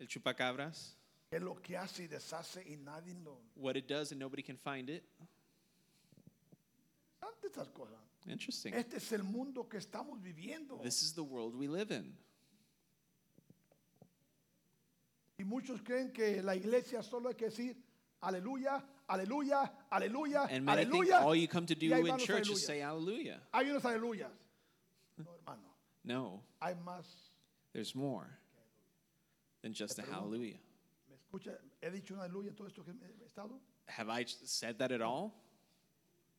[SPEAKER 2] El Chupacabras?
[SPEAKER 1] que es lo que hace y deshace y nadie lo...
[SPEAKER 2] What it does and nobody can find it.
[SPEAKER 1] Tantas esas cosas.
[SPEAKER 2] Interesting.
[SPEAKER 1] Este es el mundo que estamos viviendo.
[SPEAKER 2] This is the world we live in.
[SPEAKER 1] Y muchos creen que la iglesia solo hay que decir aleluya, aleluya, aleluya,
[SPEAKER 2] And many think
[SPEAKER 1] aleluya.
[SPEAKER 2] all you come to
[SPEAKER 1] Y
[SPEAKER 2] do
[SPEAKER 1] ahí
[SPEAKER 2] in
[SPEAKER 1] van los
[SPEAKER 2] church is
[SPEAKER 1] aleluyas.
[SPEAKER 2] say hallelujah.
[SPEAKER 1] Hay unos aleluyas. No, hermano,
[SPEAKER 2] No,
[SPEAKER 1] hay más
[SPEAKER 2] There's more than just a hallelujah.
[SPEAKER 1] ¿Me escucha? ¿He dicho una aleluya en todo esto que he estado?
[SPEAKER 2] Have I said that at all?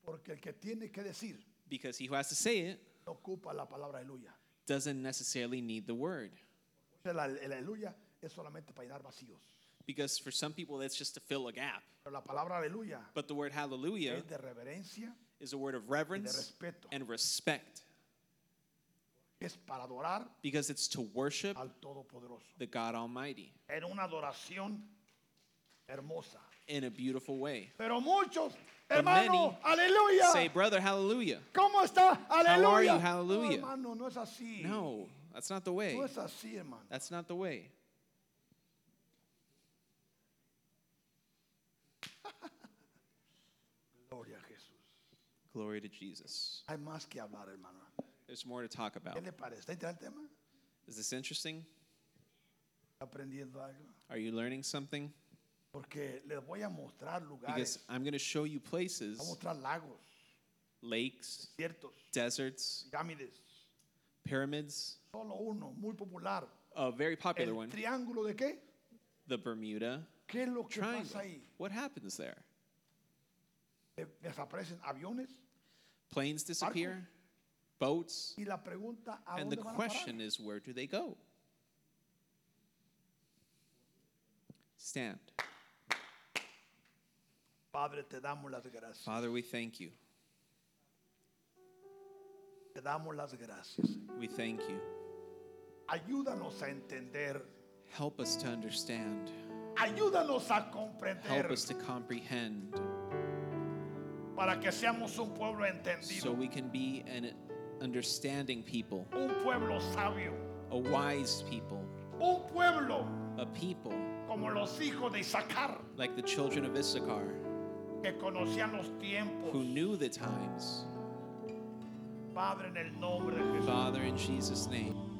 [SPEAKER 1] Porque el que tiene que decir
[SPEAKER 2] Because he who has to say it
[SPEAKER 1] no ocupa la palabra aleluya.
[SPEAKER 2] doesn't necessarily need the word.
[SPEAKER 1] O sea, la- el aleluya es solamente para llenar vacíos.
[SPEAKER 2] Because for some people, that's just to fill a gap.
[SPEAKER 1] Pero la palabra aleluya
[SPEAKER 2] But the word hallelujah
[SPEAKER 1] es de reverencia,
[SPEAKER 2] is a word of reverence
[SPEAKER 1] respeto.
[SPEAKER 2] and respect
[SPEAKER 1] es para adorar
[SPEAKER 2] because it's to worship
[SPEAKER 1] al Todopoderoso.
[SPEAKER 2] the God Almighty
[SPEAKER 1] En una adoración hermosa.
[SPEAKER 2] in a beautiful way.
[SPEAKER 1] Pero muchos,
[SPEAKER 2] But
[SPEAKER 1] hermano,
[SPEAKER 2] many
[SPEAKER 1] aleluya.
[SPEAKER 2] Say, brother, hallelujah.
[SPEAKER 1] ¿Cómo está? Aleluya.
[SPEAKER 2] you? Hallelujah.
[SPEAKER 1] No, hermano, no es así.
[SPEAKER 2] No, that's not the way.
[SPEAKER 1] No es así, hermano.
[SPEAKER 2] That's not the way.
[SPEAKER 1] Gloria a Jesús.
[SPEAKER 2] Glory to Jesus.
[SPEAKER 1] Hay más que hablar, hermano.
[SPEAKER 2] There's more to talk about.
[SPEAKER 1] ¿Qué le parece? ¿Está interesante el tema?
[SPEAKER 2] Is this interesting?
[SPEAKER 1] ¿Está aprendiendo algo?
[SPEAKER 2] Are you learning something?
[SPEAKER 1] Porque les voy a mostrar
[SPEAKER 2] Because
[SPEAKER 1] lugares.
[SPEAKER 2] I'm going to show you
[SPEAKER 1] Voy a
[SPEAKER 2] places,
[SPEAKER 1] mostrar lagos,
[SPEAKER 2] lakes,
[SPEAKER 1] ciertos,
[SPEAKER 2] deserts,
[SPEAKER 1] pirámides.
[SPEAKER 2] pyramids,
[SPEAKER 1] Solo uno, muy popular.
[SPEAKER 2] a very popular
[SPEAKER 1] ¿El
[SPEAKER 2] one,
[SPEAKER 1] triángulo de qué?
[SPEAKER 2] the Bermuda
[SPEAKER 1] ¿Qué es lo que
[SPEAKER 2] Triangle.
[SPEAKER 1] pasa ahí?
[SPEAKER 2] What happens there?
[SPEAKER 1] De- Desaparecen aviones.
[SPEAKER 2] Planes disappear, boats,
[SPEAKER 1] Y la pregunta, ¿a
[SPEAKER 2] and
[SPEAKER 1] dónde
[SPEAKER 2] the
[SPEAKER 1] van a parar?
[SPEAKER 2] question is where do they go? Stand.
[SPEAKER 1] Padre, te damos las gracias.
[SPEAKER 2] Father, we thank you.
[SPEAKER 1] Te damos las gracias.
[SPEAKER 2] We thank you.
[SPEAKER 1] Ayúdanos a entender.
[SPEAKER 2] Help us to understand.
[SPEAKER 1] Ayúdanos a
[SPEAKER 2] Help
[SPEAKER 1] comprender
[SPEAKER 2] us to comprehend
[SPEAKER 1] para que seamos un pueblo
[SPEAKER 2] so
[SPEAKER 1] entendido,
[SPEAKER 2] we can be an understanding people,
[SPEAKER 1] un pueblo sabio,
[SPEAKER 2] a wise people,
[SPEAKER 1] un pueblo
[SPEAKER 2] a people
[SPEAKER 1] como los hijos de Isaacar
[SPEAKER 2] like the children of Issachar
[SPEAKER 1] que conocían los tiempos.
[SPEAKER 2] who knew the times.
[SPEAKER 1] Padre, en el nombre de Jesús.
[SPEAKER 2] Father, in Jesus' name.